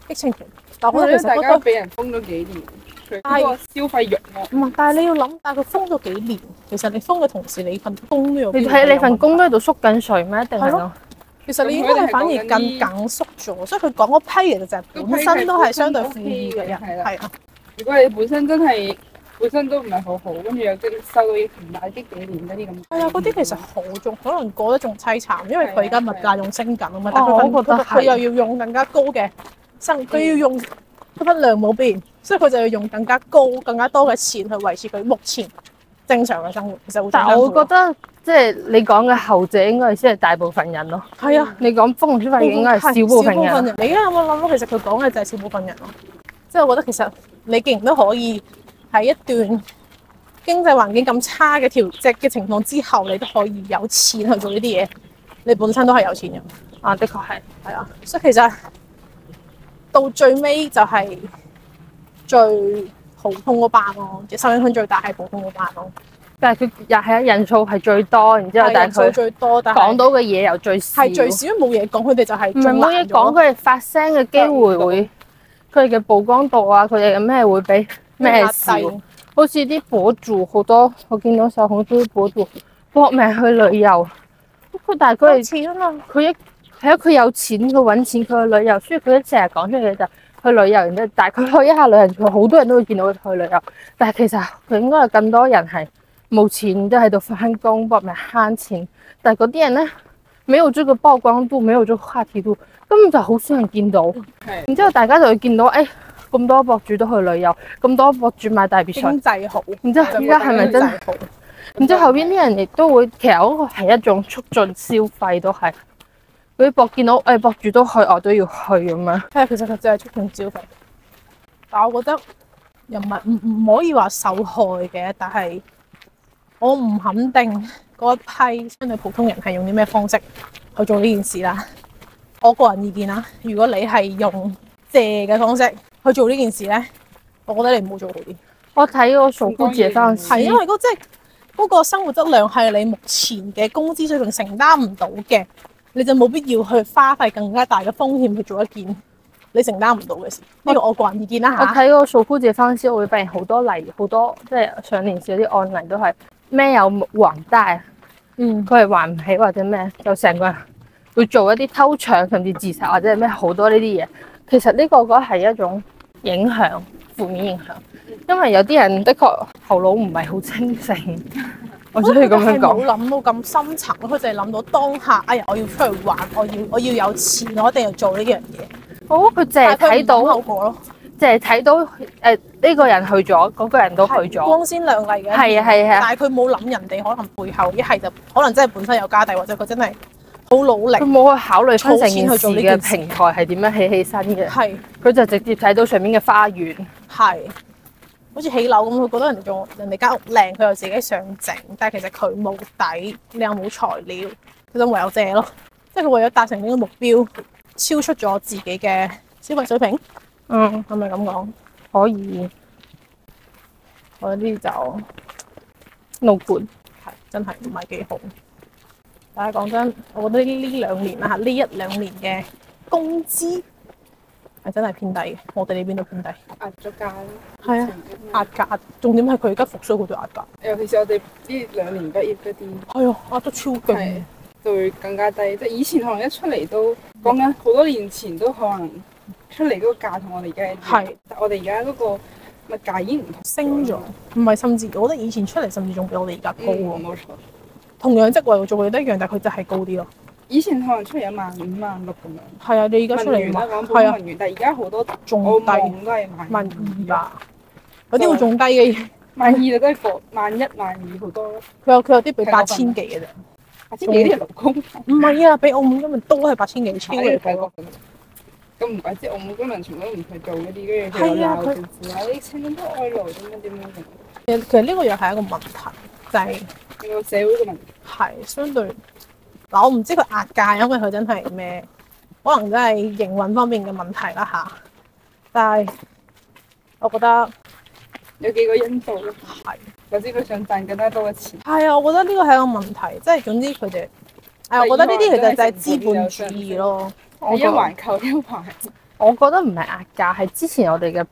[SPEAKER 1] 疫情期，但啊
[SPEAKER 3] 我
[SPEAKER 1] 我覺得
[SPEAKER 3] 覺得
[SPEAKER 1] 其
[SPEAKER 3] 大
[SPEAKER 1] 實
[SPEAKER 3] 家都
[SPEAKER 1] 嗰個
[SPEAKER 3] 俾人封咗幾年，佢嗰個消費慾望，
[SPEAKER 1] 唔係，但係你要諗，但係佢封咗幾年，其實你封嘅同時，你份工都有。
[SPEAKER 2] 你睇你份工都喺度縮緊水咩？一定係咯。
[SPEAKER 1] 其實你應該係反而更緊縮咗，所以佢講嗰批其實就係本身都係相對富裕嘅人，
[SPEAKER 3] 係啦
[SPEAKER 1] 係啊，
[SPEAKER 3] 如果你本身真係本身都唔係好好，跟住又跟收到疫情打擊幾年嗰啲咁，
[SPEAKER 1] 係啊，嗰啲其實好仲可能過得仲凄慘，因為佢而家物價仲升緊啊嘛，
[SPEAKER 2] 係啊
[SPEAKER 1] 但係佢
[SPEAKER 2] 我覺得
[SPEAKER 1] 份
[SPEAKER 2] 係嗯
[SPEAKER 1] 佢又要用更加高嘅生，佢要用佢份量冇變，所以佢就要用更加高、更加多嘅錢去維持佢目前正常嘅生活，其實會
[SPEAKER 2] 但係我覺
[SPEAKER 1] 得
[SPEAKER 2] 得即係你講嘅後者應該係先係大部分人咯。
[SPEAKER 1] 係啊，
[SPEAKER 2] 你講瘋狂消費嘅應該係少部分
[SPEAKER 1] 少部分
[SPEAKER 2] 人。
[SPEAKER 1] 人。你而家有冇諗到其實佢講嘅就係少部分人咯？即係我覺得其實你既然都可以喺一段經濟環境咁差嘅條即係嘅情況之後，你都可以有錢去做呢啲嘢，你本身都係有錢人，
[SPEAKER 2] 啊，的確係。
[SPEAKER 1] 係啊。所以其實到最尾就係最普通嗰班咯，受影響最大係普通嗰班咯。
[SPEAKER 2] 但係佢又係啊人數係最多，然之後
[SPEAKER 1] 係
[SPEAKER 2] 但
[SPEAKER 1] 人
[SPEAKER 2] 係
[SPEAKER 1] 數
[SPEAKER 2] 佢
[SPEAKER 1] 最多，但
[SPEAKER 2] 講
[SPEAKER 1] 係
[SPEAKER 2] 到嘅嘢又最少。
[SPEAKER 1] 係最少冇嘢講，佢哋就係
[SPEAKER 2] 唔係
[SPEAKER 1] 仲
[SPEAKER 2] 冇嘢
[SPEAKER 1] 難咗
[SPEAKER 2] 講，佢哋發聲嘅機會會，佢哋嘅曝光度啊，佢哋嘅咩會比咩
[SPEAKER 1] 壓
[SPEAKER 2] 少？
[SPEAKER 1] 低
[SPEAKER 2] 好似啲博主好多，我見到受控啲博主搏命去旅遊，佢但係佢
[SPEAKER 1] 有
[SPEAKER 2] 係
[SPEAKER 1] 錢啊嘛。
[SPEAKER 2] 佢一係啊，佢有錢，佢揾錢，佢去旅遊，所以佢一成日講出嚟就係去旅遊，然之後但係佢去一下旅行，佢好多人都會見到佢去旅遊，但係其實佢應該有更多人係冇錢，都喺度翻工搏命慳錢，但係嗰啲人咧沒有這個曝光度，沒有這個話題度，根本就好少人見到。
[SPEAKER 3] 係
[SPEAKER 2] 然之後大家就會見到，誒、咁多博主都去旅遊，咁多博主買大別墅，
[SPEAKER 1] 經濟好，
[SPEAKER 2] 然之後啊依家係咪真係？
[SPEAKER 1] 好？
[SPEAKER 2] 然之後後邊啲人亦都會，其實嗰個係一種促進消費都係。嗰啲博見到誒、哎博主都去，我都要去咁樣。
[SPEAKER 1] 係其實佢就係促進消費，但我覺得又唔係唔唔可以話受害嘅，但係我唔肯定嗰一批相對普通人係用啲咩方式去做呢件事啦。我個人意見啦，如果你係用借嘅方式去做呢件事咧，我覺得你唔好做好啲，
[SPEAKER 2] 我睇我傻姑姐嗰陣時，
[SPEAKER 1] 係啊因為嗰即係嗰個生活質量係你目前嘅工資水平承擔唔到嘅，你就冇必要去花費更加大嘅風險去做一件你承擔唔到嘅事。呢個我個人意見啦
[SPEAKER 2] 我
[SPEAKER 1] 嚇。
[SPEAKER 2] 睇嗰個數姑姐翻先，我會發現好多例，好多即係上年少啲案例都係咩有還貸，
[SPEAKER 1] 嗯，
[SPEAKER 2] 佢係還唔起或者咩，就成個人會做一啲偷搶甚至自殺或者係咩好多呢啲嘢。其實呢個我覺得係一種影響負面影響，因為有啲人的確頭腦唔係好清醒， 我只可以咁樣
[SPEAKER 1] 嗯我。
[SPEAKER 2] 講
[SPEAKER 1] 覺得佢係冇諗到咁深層，佢就係諗到當下，哎呀，我要出去玩，我要我要有錢，我一定要做呢樣嘢。
[SPEAKER 2] 好，佢淨係
[SPEAKER 1] 但係佢
[SPEAKER 2] 睇
[SPEAKER 1] 唔
[SPEAKER 2] 到
[SPEAKER 1] 諗，後果咯，
[SPEAKER 2] 淨係睇到誒呢、個人去咗，嗰、個人都去
[SPEAKER 1] 係
[SPEAKER 2] 咗，
[SPEAKER 1] 光鮮亮麗嘅。
[SPEAKER 2] 係啊係
[SPEAKER 1] 但
[SPEAKER 2] 啊，
[SPEAKER 1] 係佢冇諗人哋可能背後一係就可能真係本身有家底，或者佢真係好努力
[SPEAKER 2] 佢。冇去考慮翻成
[SPEAKER 1] 儲錢
[SPEAKER 2] 件
[SPEAKER 1] 去
[SPEAKER 2] 事
[SPEAKER 1] 做呢件
[SPEAKER 2] 嘅
[SPEAKER 1] 事
[SPEAKER 2] 平台係點樣起起身嘅，
[SPEAKER 1] 係
[SPEAKER 2] 佢就直接睇到上面嘅花園。
[SPEAKER 1] 係，好似起樓咁，佢覺得人哋仲人哋間屋靚，佢又自己想整，但係其實佢冇底，你又冇材料，佢就唯有借咯。即係佢為咗達成呢個目標，超出咗自己嘅消費水平，
[SPEAKER 2] 嗯，
[SPEAKER 1] 係咪咁講？
[SPEAKER 2] 可以
[SPEAKER 1] 我呢啲就〜
[SPEAKER 2] no good。
[SPEAKER 1] 係真係唔係幾好。但係講真，我覺得呢兩年啊啦，呢一兩年嘅工資係真係偏低嘅，我哋呢邊都偏低，
[SPEAKER 3] 嗯壓咗價啦。
[SPEAKER 1] 係啊壓價。重點係佢而家復甦嗰度壓價，
[SPEAKER 3] 尤其是我哋呢兩年畢業嗰啲，
[SPEAKER 1] 係啊，壓得超勁
[SPEAKER 3] 係。就會更加低。即係以前可能一出嚟都講緊好多年前都可能出嚟嗰個價同我哋而家一樣，
[SPEAKER 1] 係
[SPEAKER 3] 但我哋而家嗰個物價已經唔同
[SPEAKER 1] 升咗，唔係甚至，我覺得以前出嚟甚至仲比我哋而家高
[SPEAKER 3] 高
[SPEAKER 1] 喎。
[SPEAKER 3] 喎，冇錯。
[SPEAKER 1] 同樣職位我做嘅都一樣，但係佢就係高啲咯。
[SPEAKER 3] 以前可能出嚟一萬五萬六咁樣，
[SPEAKER 1] 係啊，你而家出
[SPEAKER 3] 文員
[SPEAKER 1] 嚟
[SPEAKER 3] 啦
[SPEAKER 1] 買
[SPEAKER 3] 講普
[SPEAKER 1] 係
[SPEAKER 3] 通
[SPEAKER 1] 啊，
[SPEAKER 3] 文員，但係而家好多我
[SPEAKER 1] 仲低
[SPEAKER 3] 望都係萬
[SPEAKER 1] 萬二吧，有啲會仲低 嘅，
[SPEAKER 3] 萬二就都係個萬一萬二好多咯。
[SPEAKER 1] 佢有佢有啲
[SPEAKER 3] 啊
[SPEAKER 1] 俾八千幾嘅啫。
[SPEAKER 3] 八千幾啲係勞工，
[SPEAKER 1] 唔係啊，比澳門今日都係八千幾超
[SPEAKER 3] 呢
[SPEAKER 1] 離
[SPEAKER 3] 個泰
[SPEAKER 1] 譜
[SPEAKER 3] 國咁。咁唔怪之澳門居民全部都唔去做嗰啲，跟住佢
[SPEAKER 1] 係
[SPEAKER 3] 又
[SPEAKER 1] 啊
[SPEAKER 3] 鬧
[SPEAKER 1] 佢
[SPEAKER 3] 政府啊！你請咁多外勞點樣點樣點樣，
[SPEAKER 1] 其實其實呢個又係一個問題，就係、
[SPEAKER 3] 成個社會嘅問題。
[SPEAKER 1] 係相對嗱，我唔知佢壓價，因為佢真係咩，可能真係營運方面嘅問題啦吓，但係我覺得
[SPEAKER 3] 有幾個因素咯，
[SPEAKER 1] 係
[SPEAKER 3] 有啲佢想賺更加多嘅錢。
[SPEAKER 1] 係啊，我覺得呢個係一個問題，即係總之佢哋。誒，我覺得呢啲其實就係資本主義咯，
[SPEAKER 2] 我
[SPEAKER 3] 一
[SPEAKER 2] 覺
[SPEAKER 3] 環扣一環，
[SPEAKER 2] 我覺得唔係壓價，係之前我哋嘅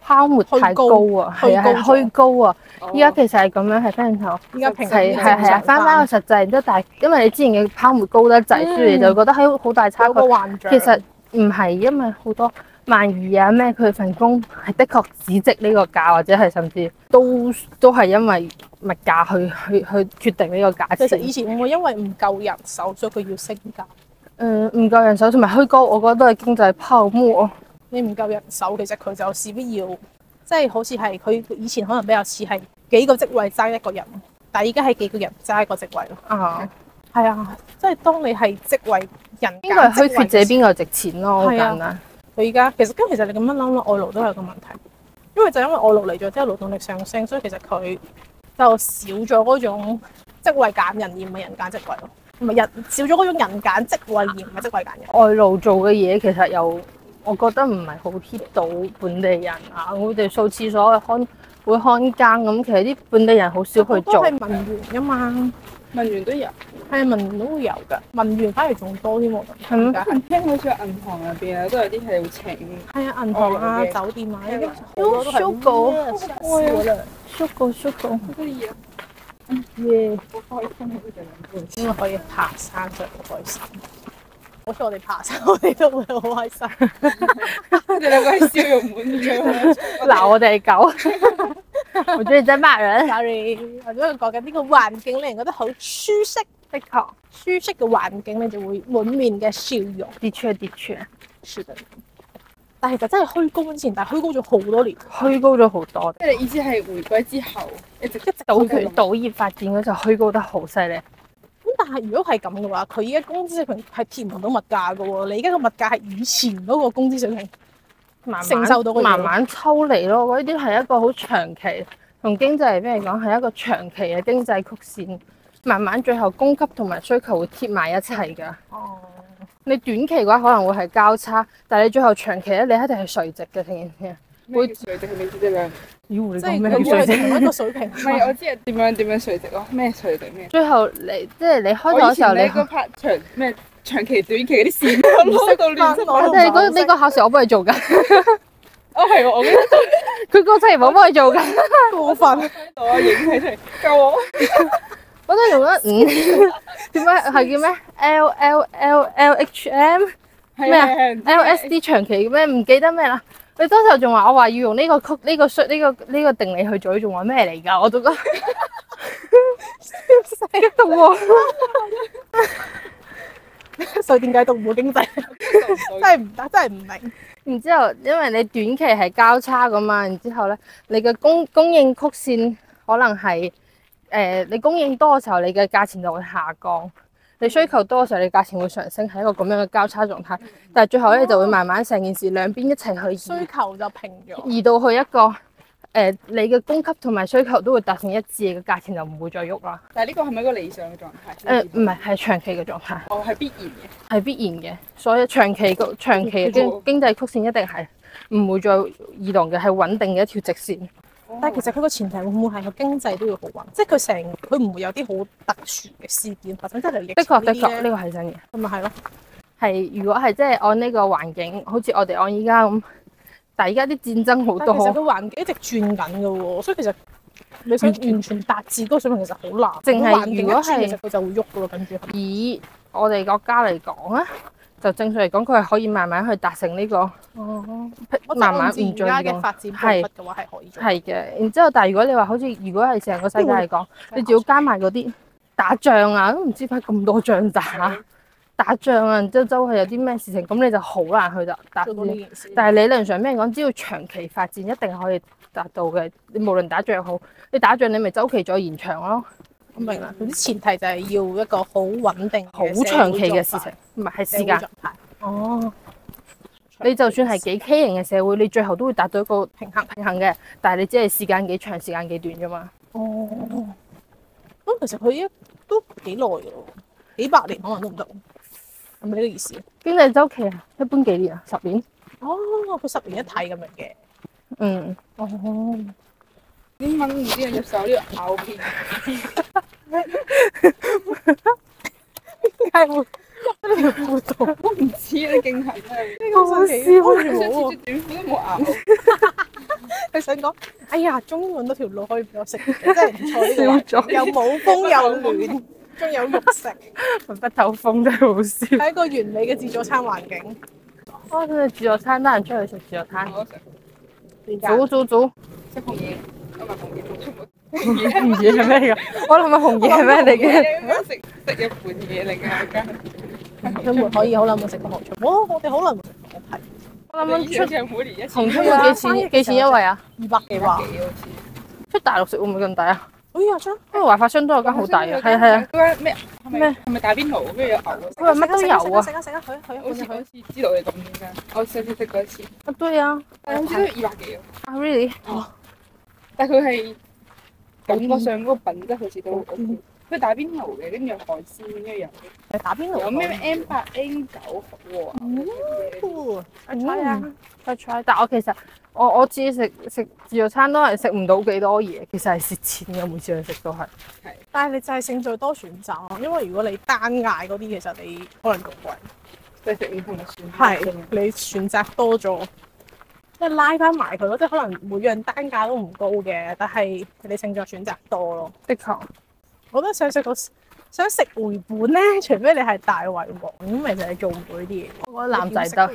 [SPEAKER 2] 泡沫太
[SPEAKER 1] 虛
[SPEAKER 2] 高
[SPEAKER 1] 高
[SPEAKER 2] 啊，係啊，係
[SPEAKER 1] 虛高咗哦
[SPEAKER 2] 虛高啊。依家
[SPEAKER 3] 家
[SPEAKER 2] 其實係咁樣，係非常
[SPEAKER 1] 依家平
[SPEAKER 2] 係係係啊，翻翻
[SPEAKER 1] 翻
[SPEAKER 2] 個實際，然之後但係因為你之前嘅泡沫高得滯，
[SPEAKER 1] 嗯
[SPEAKER 2] 所以你就覺得喺好大差
[SPEAKER 1] 有
[SPEAKER 2] 距
[SPEAKER 1] 個。幻象。
[SPEAKER 2] 其實唔係，因為好多萬二啊咩，佢份工係的確只值呢個價，或者係甚至都都係因為物價去去去決定呢個價
[SPEAKER 1] 其實
[SPEAKER 2] 錢
[SPEAKER 1] 以。前會唔會因為唔夠人手，所以佢要升價？
[SPEAKER 2] 誒嗯唔夠人手同埋虛高，我覺得都係經濟泡沫啊。
[SPEAKER 1] 你唔夠人手，其實佢就勢必要，即係好似係佢以前可能比較似係幾個職位爭一個人，但係而家係幾個人爭一個職位咯。
[SPEAKER 2] 啊，
[SPEAKER 1] 係啊，即係當你係職位人
[SPEAKER 2] 應該
[SPEAKER 1] 揀
[SPEAKER 2] 係虛
[SPEAKER 1] 職
[SPEAKER 2] 缺
[SPEAKER 1] 位
[SPEAKER 2] 者邊個值錢咯，好
[SPEAKER 1] 係啊
[SPEAKER 2] 簡單。
[SPEAKER 1] 佢而家其實咁，其實你咁樣諗諗，外勞都有個問題，因為就因為外勞嚟咗之後，勞動力上升，所以其實佢就少咗嗰種職位揀人，而唔係人揀職位咯。唔係人少咗嗰種人揀職位，而唔係職位揀人。
[SPEAKER 2] 外勞做嘅嘢其實又，我覺得唔係好 hit 到本地人啊。我哋掃廁所看會看更咁，其實啲本地人好少去
[SPEAKER 1] 好多
[SPEAKER 2] 做。
[SPEAKER 1] 係文員㗎嘛，
[SPEAKER 3] 文員都有。
[SPEAKER 1] 係文員都會有㗎，文員反而仲多添喎。
[SPEAKER 2] 係咩
[SPEAKER 1] 而家
[SPEAKER 3] 可能聽好似銀行入邊啊，都有啲係會請。
[SPEAKER 1] 係啊，銀行啊、
[SPEAKER 3] 哦
[SPEAKER 1] 酒店啊，呢
[SPEAKER 3] 係
[SPEAKER 1] 啲
[SPEAKER 3] 啊
[SPEAKER 1] 好多都係
[SPEAKER 2] 都 Shogo，
[SPEAKER 3] 嗯
[SPEAKER 1] Yes，我覺得
[SPEAKER 2] 縮個縮個，
[SPEAKER 3] 好得意啊！
[SPEAKER 1] 耶，
[SPEAKER 3] 好開心啊！佢哋兩
[SPEAKER 1] 因為可以爬山就好開心。好似我哋爬山，我哋都會好開心。
[SPEAKER 3] 個，佢哋兩個係笑容滿面咁樣。
[SPEAKER 2] 嗱我哋狗， 我覺得你在罵人，
[SPEAKER 1] Sorry，我只係講緊呢個環境，令人覺得好舒適。
[SPEAKER 2] 的確，
[SPEAKER 1] 舒適嘅環境，你就會滿面嘅笑容。
[SPEAKER 2] 的確的確，
[SPEAKER 1] 是的。但係就真係虛高之前，但係虛高咗好多年。
[SPEAKER 2] 虛高咗好多。
[SPEAKER 3] 即係你意思係回歸之後一直一直
[SPEAKER 2] 賭業賭業發展嗰陣虛高得好犀利，
[SPEAKER 1] 咁但係如果係咁嘅話，佢依家工資水平係貼唔到物價嘅喎。你而家個物價係以前嗰個工資水平。
[SPEAKER 2] 慢慢
[SPEAKER 1] 承受到個嘢
[SPEAKER 2] 慢慢抽離咯。我覺得呢啲係一個好長期，同經濟嚟邊嚟講係一個長期嘅經濟曲線，慢慢最後供給同埋需求會貼埋一齊㗎。
[SPEAKER 1] 哦。
[SPEAKER 2] 你短期嘅話可能會係交叉，但係你最後長期咧，你一定係垂直嘅成件事。
[SPEAKER 3] 會垂直係咩啫？兩
[SPEAKER 2] 妖你
[SPEAKER 1] 即係
[SPEAKER 2] 講
[SPEAKER 1] 如
[SPEAKER 2] 咩
[SPEAKER 1] 果
[SPEAKER 2] 垂
[SPEAKER 1] 係
[SPEAKER 2] 直？
[SPEAKER 1] 同一個水平
[SPEAKER 3] 唔，係我知係點樣點樣垂直咯，咩垂直咩？
[SPEAKER 2] 最後你即係你開頭
[SPEAKER 3] 我以
[SPEAKER 2] 嘅時
[SPEAKER 3] 前
[SPEAKER 2] 候啊
[SPEAKER 3] 你嗰
[SPEAKER 2] 你。
[SPEAKER 3] part 長咩長期短期嗰啲線我撈到亂七八
[SPEAKER 1] 我
[SPEAKER 2] 我
[SPEAKER 1] 都唔
[SPEAKER 3] 糟。
[SPEAKER 2] 哋嗰
[SPEAKER 1] 係好識
[SPEAKER 2] 呢個考試我幫啊你做㗎，
[SPEAKER 3] 哦係喎，我記得
[SPEAKER 2] 佢個測驗我幫你做㗎，
[SPEAKER 1] 過分。
[SPEAKER 3] 喺度啊，影起嚟救我。
[SPEAKER 2] 我都係用咗五 點解係叫咩？L L L L H M
[SPEAKER 3] 係啊
[SPEAKER 2] 咩啊
[SPEAKER 3] 係啊
[SPEAKER 2] LSD 長期咩唔記得咩啦，你當時候仲話我話要用呢個曲呢、個呢、個呢、個定理去做，你仲話咩嚟㗎？我仲覺得激動喎！
[SPEAKER 1] 所以點解讀唔到經濟？真係唔得，真係唔 明。
[SPEAKER 2] 然之後，因為你短期係交叉噶嘛，然之後咧，你嘅供供應曲線可能係誒、呃你供應多嘅時候，你嘅價錢就會下降；你需求多嘅時候，你價錢會上升，係一個咁樣嘅交叉狀態。但係最後咧，就會慢慢成件事兩邊一齊去
[SPEAKER 1] 需求就平咗，
[SPEAKER 2] 移移到去一個誒、呃你嘅供給同埋需求都會達成一致嘅價錢，就唔會再喐啦。
[SPEAKER 3] 但係呢個係咪一個理想嘅狀態？
[SPEAKER 2] 誒唔係係長期嘅狀態。
[SPEAKER 3] 哦，係必然嘅。
[SPEAKER 2] 係必然嘅，所以長期個長期嘅經經濟曲線一定係唔會再移動嘅，係穩定嘅一條直線。
[SPEAKER 3] 哦
[SPEAKER 1] 但係其實佢個前提會唔會係個經濟都要好啊運？即係佢成佢唔會有啲好特殊嘅事件發生，即係例如疫
[SPEAKER 2] 的
[SPEAKER 1] 情
[SPEAKER 2] 確的確，
[SPEAKER 1] 呢啲
[SPEAKER 2] 呢
[SPEAKER 1] 咧
[SPEAKER 2] 個係真嘅。
[SPEAKER 1] 咁咪係咯。
[SPEAKER 2] 係如果係即係按呢個環境，好似我哋按依家咁，但係依家啲戰爭好
[SPEAKER 1] 但係其實
[SPEAKER 2] 多，
[SPEAKER 1] 個環境一直轉緊嘅喎，所以其實你想完全達至嗰個水平其實好難。
[SPEAKER 2] 淨係
[SPEAKER 1] 個環境一
[SPEAKER 2] 如果
[SPEAKER 1] 轉
[SPEAKER 2] 係
[SPEAKER 1] 其實佢就會喐嘅咯，跟住係
[SPEAKER 2] 以我哋國家嚟講啊，就正常嚟講，佢係可以慢慢去達成呢、個
[SPEAKER 1] 哦，
[SPEAKER 2] 慢慢
[SPEAKER 1] 而
[SPEAKER 2] 唔再
[SPEAKER 1] 家
[SPEAKER 2] 移動
[SPEAKER 1] 嘅。發展步伐
[SPEAKER 2] 係
[SPEAKER 1] 嘅話係可以做。
[SPEAKER 2] 係嘅，然之後，但係如果你話好似如果係成個世界嚟講，你仲要加埋嗰啲打仗啊，都唔知點解咁多仗打，打仗啊，然之後周圍有啲咩事情，咁你就好難去達達
[SPEAKER 1] 做到。
[SPEAKER 2] 到
[SPEAKER 1] 呢件事，
[SPEAKER 2] 但係理論上咩講，只要長期發展，一定可以達到嘅。你無論打仗好，你打仗你咪周期再延長咯，
[SPEAKER 1] 我明啦。總之前提就係要一個好穩定、
[SPEAKER 2] 好長期嘅事情，唔係係時間。
[SPEAKER 1] 狀態。哦，
[SPEAKER 2] 你就算係幾畸形嘅社會，你最後都會達到一個
[SPEAKER 1] 平衡。
[SPEAKER 2] 平衡嘅，但係你只係時間幾長，時間幾短啫嘛。
[SPEAKER 1] 哦，咁其實佢一都幾耐嘅咯，幾百年可能都唔得，係咪呢個意思？
[SPEAKER 2] 經濟周期啊，一般幾年啊？十年？
[SPEAKER 1] 哦，佢十年一睇咁樣嘅。
[SPEAKER 2] 嗯。
[SPEAKER 1] 哦。
[SPEAKER 3] 英文唔知係入手呢個咬片，
[SPEAKER 1] 點解會入呢條褲度？
[SPEAKER 3] 我唔知啊，勁係真係。
[SPEAKER 1] 呢個好
[SPEAKER 2] 笑
[SPEAKER 1] 我
[SPEAKER 3] 上次
[SPEAKER 1] 冇
[SPEAKER 3] 着
[SPEAKER 1] 啊！
[SPEAKER 3] 短褲都冇咬。
[SPEAKER 1] 佢想講，哎呀，終於揾到條路可以俾我食，真係唔錯呢個環
[SPEAKER 2] 笑
[SPEAKER 1] 境，又冇風又暖，仲有肉食，
[SPEAKER 2] 不透風真係好笑。
[SPEAKER 1] 係一個完美嘅自助餐環境。
[SPEAKER 2] 我真係自助餐，得閒出去食自助餐。
[SPEAKER 3] 我食
[SPEAKER 1] 點解？
[SPEAKER 2] 早早早，唔
[SPEAKER 3] 食紅嘢，我咪紅嘢做出
[SPEAKER 2] 知係咩嚟㗎？我諗下紅嘢係咩嚟嘅？
[SPEAKER 3] 嘅？食食日本嘢嚟㗎，間。
[SPEAKER 1] 佢們可以好耐冇食過韓菜，我我哋好耐冇食過韓批，
[SPEAKER 2] 我諗
[SPEAKER 3] 出
[SPEAKER 2] 諗出
[SPEAKER 3] 嘅每年一次
[SPEAKER 2] 紅嗯出
[SPEAKER 1] 係啊
[SPEAKER 2] 會幾
[SPEAKER 1] 翻譯
[SPEAKER 2] 錢？幾錢一位啊？
[SPEAKER 1] 二百幾話。
[SPEAKER 3] 幾好似。
[SPEAKER 2] 出大陸食會唔會咁抵啊？
[SPEAKER 1] 哎呀，張
[SPEAKER 2] 因為華發商都有間好大嘅，係係啊。
[SPEAKER 3] 嗰間咩係咪
[SPEAKER 2] 咩
[SPEAKER 3] 係咪大邊爐？跟住有牛啊
[SPEAKER 2] 佢話乜都有啊
[SPEAKER 1] 食啊食啊，佢佢
[SPEAKER 3] 好似
[SPEAKER 1] 佢
[SPEAKER 3] 好似知道你咁點㗎。我上次食過一次，
[SPEAKER 2] 啊對啊，
[SPEAKER 3] 但係好似都二百幾喎。
[SPEAKER 2] 啊 really
[SPEAKER 3] 但係佢係感覺上嗰個品質好似都 OK。佢大邊爐嘅，跟住有海鮮，跟住有
[SPEAKER 1] 佢打邊爐
[SPEAKER 3] 有
[SPEAKER 2] 嗯
[SPEAKER 3] 咩 M 八 M 九喎。
[SPEAKER 1] 哦，
[SPEAKER 2] 係啊，再 try。但我其實我我自己食食自助餐都係食唔到幾多嘢，其實係蝕錢嘅，每次去食都係。
[SPEAKER 1] 但係你就係勝在多選擇咯，因為如果你單嗌嗰啲，其實你可能仲貴。
[SPEAKER 3] 就食唔同嘅選擇
[SPEAKER 1] 係你選擇多咗，即係拉翻埋佢咯。即係可能每樣單價都唔高嘅，但係你勝在選擇多咯。
[SPEAKER 2] 的確，
[SPEAKER 1] 我覺得想食個想食回本咧，除非你係大胃王，咁咪就係做唔到呢啲嘢。
[SPEAKER 2] 我覺得男仔得，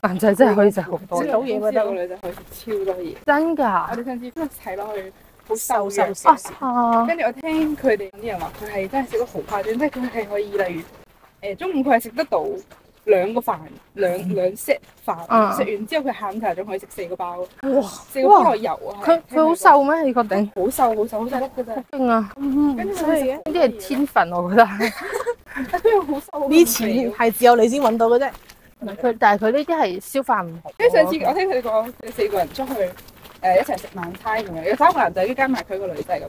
[SPEAKER 2] 男仔真係可以食好多
[SPEAKER 1] 知
[SPEAKER 2] 嘢，
[SPEAKER 1] 道嘢覺得
[SPEAKER 3] 個女仔可以食超多嘢。
[SPEAKER 2] 真
[SPEAKER 3] 我
[SPEAKER 2] 㗎。
[SPEAKER 3] 哋上次真係睇落去好瘦
[SPEAKER 1] 瘦瘦
[SPEAKER 3] 弱
[SPEAKER 1] 少
[SPEAKER 2] 啊
[SPEAKER 1] 少，
[SPEAKER 2] 啊！
[SPEAKER 3] 跟住我聽佢哋啲人話，佢係真係食得好誇張，即係佢係可以例如誒、中午佢係食得到兩個飯兩兩 set 飯，食、
[SPEAKER 2] 嗯
[SPEAKER 3] 完之後佢下午茶仲可以食四個包，
[SPEAKER 1] 哇！
[SPEAKER 3] 四個菠蘿油啊！
[SPEAKER 2] 佢佢好，瘦咩？你確定？
[SPEAKER 3] 好瘦好瘦好瘦得㗎咋，
[SPEAKER 2] 勁啊！
[SPEAKER 1] 跟
[SPEAKER 3] 跟
[SPEAKER 1] 住
[SPEAKER 3] 住
[SPEAKER 1] 犀
[SPEAKER 3] 佢
[SPEAKER 1] 利
[SPEAKER 3] 食
[SPEAKER 1] 嘅。
[SPEAKER 2] 呢啲係天分，我覺得。
[SPEAKER 3] 但佢 又好瘦好
[SPEAKER 1] 呢
[SPEAKER 3] 肥
[SPEAKER 1] 錢
[SPEAKER 3] 喎
[SPEAKER 1] 係只有你先揾到嘅啫。
[SPEAKER 2] 佢但係佢呢啲係消化唔好。
[SPEAKER 3] 跟住上次我聽佢哋講，佢哋四個人出去誒、一齊食晚餐咁樣，有三個男仔跟加埋佢個女仔咁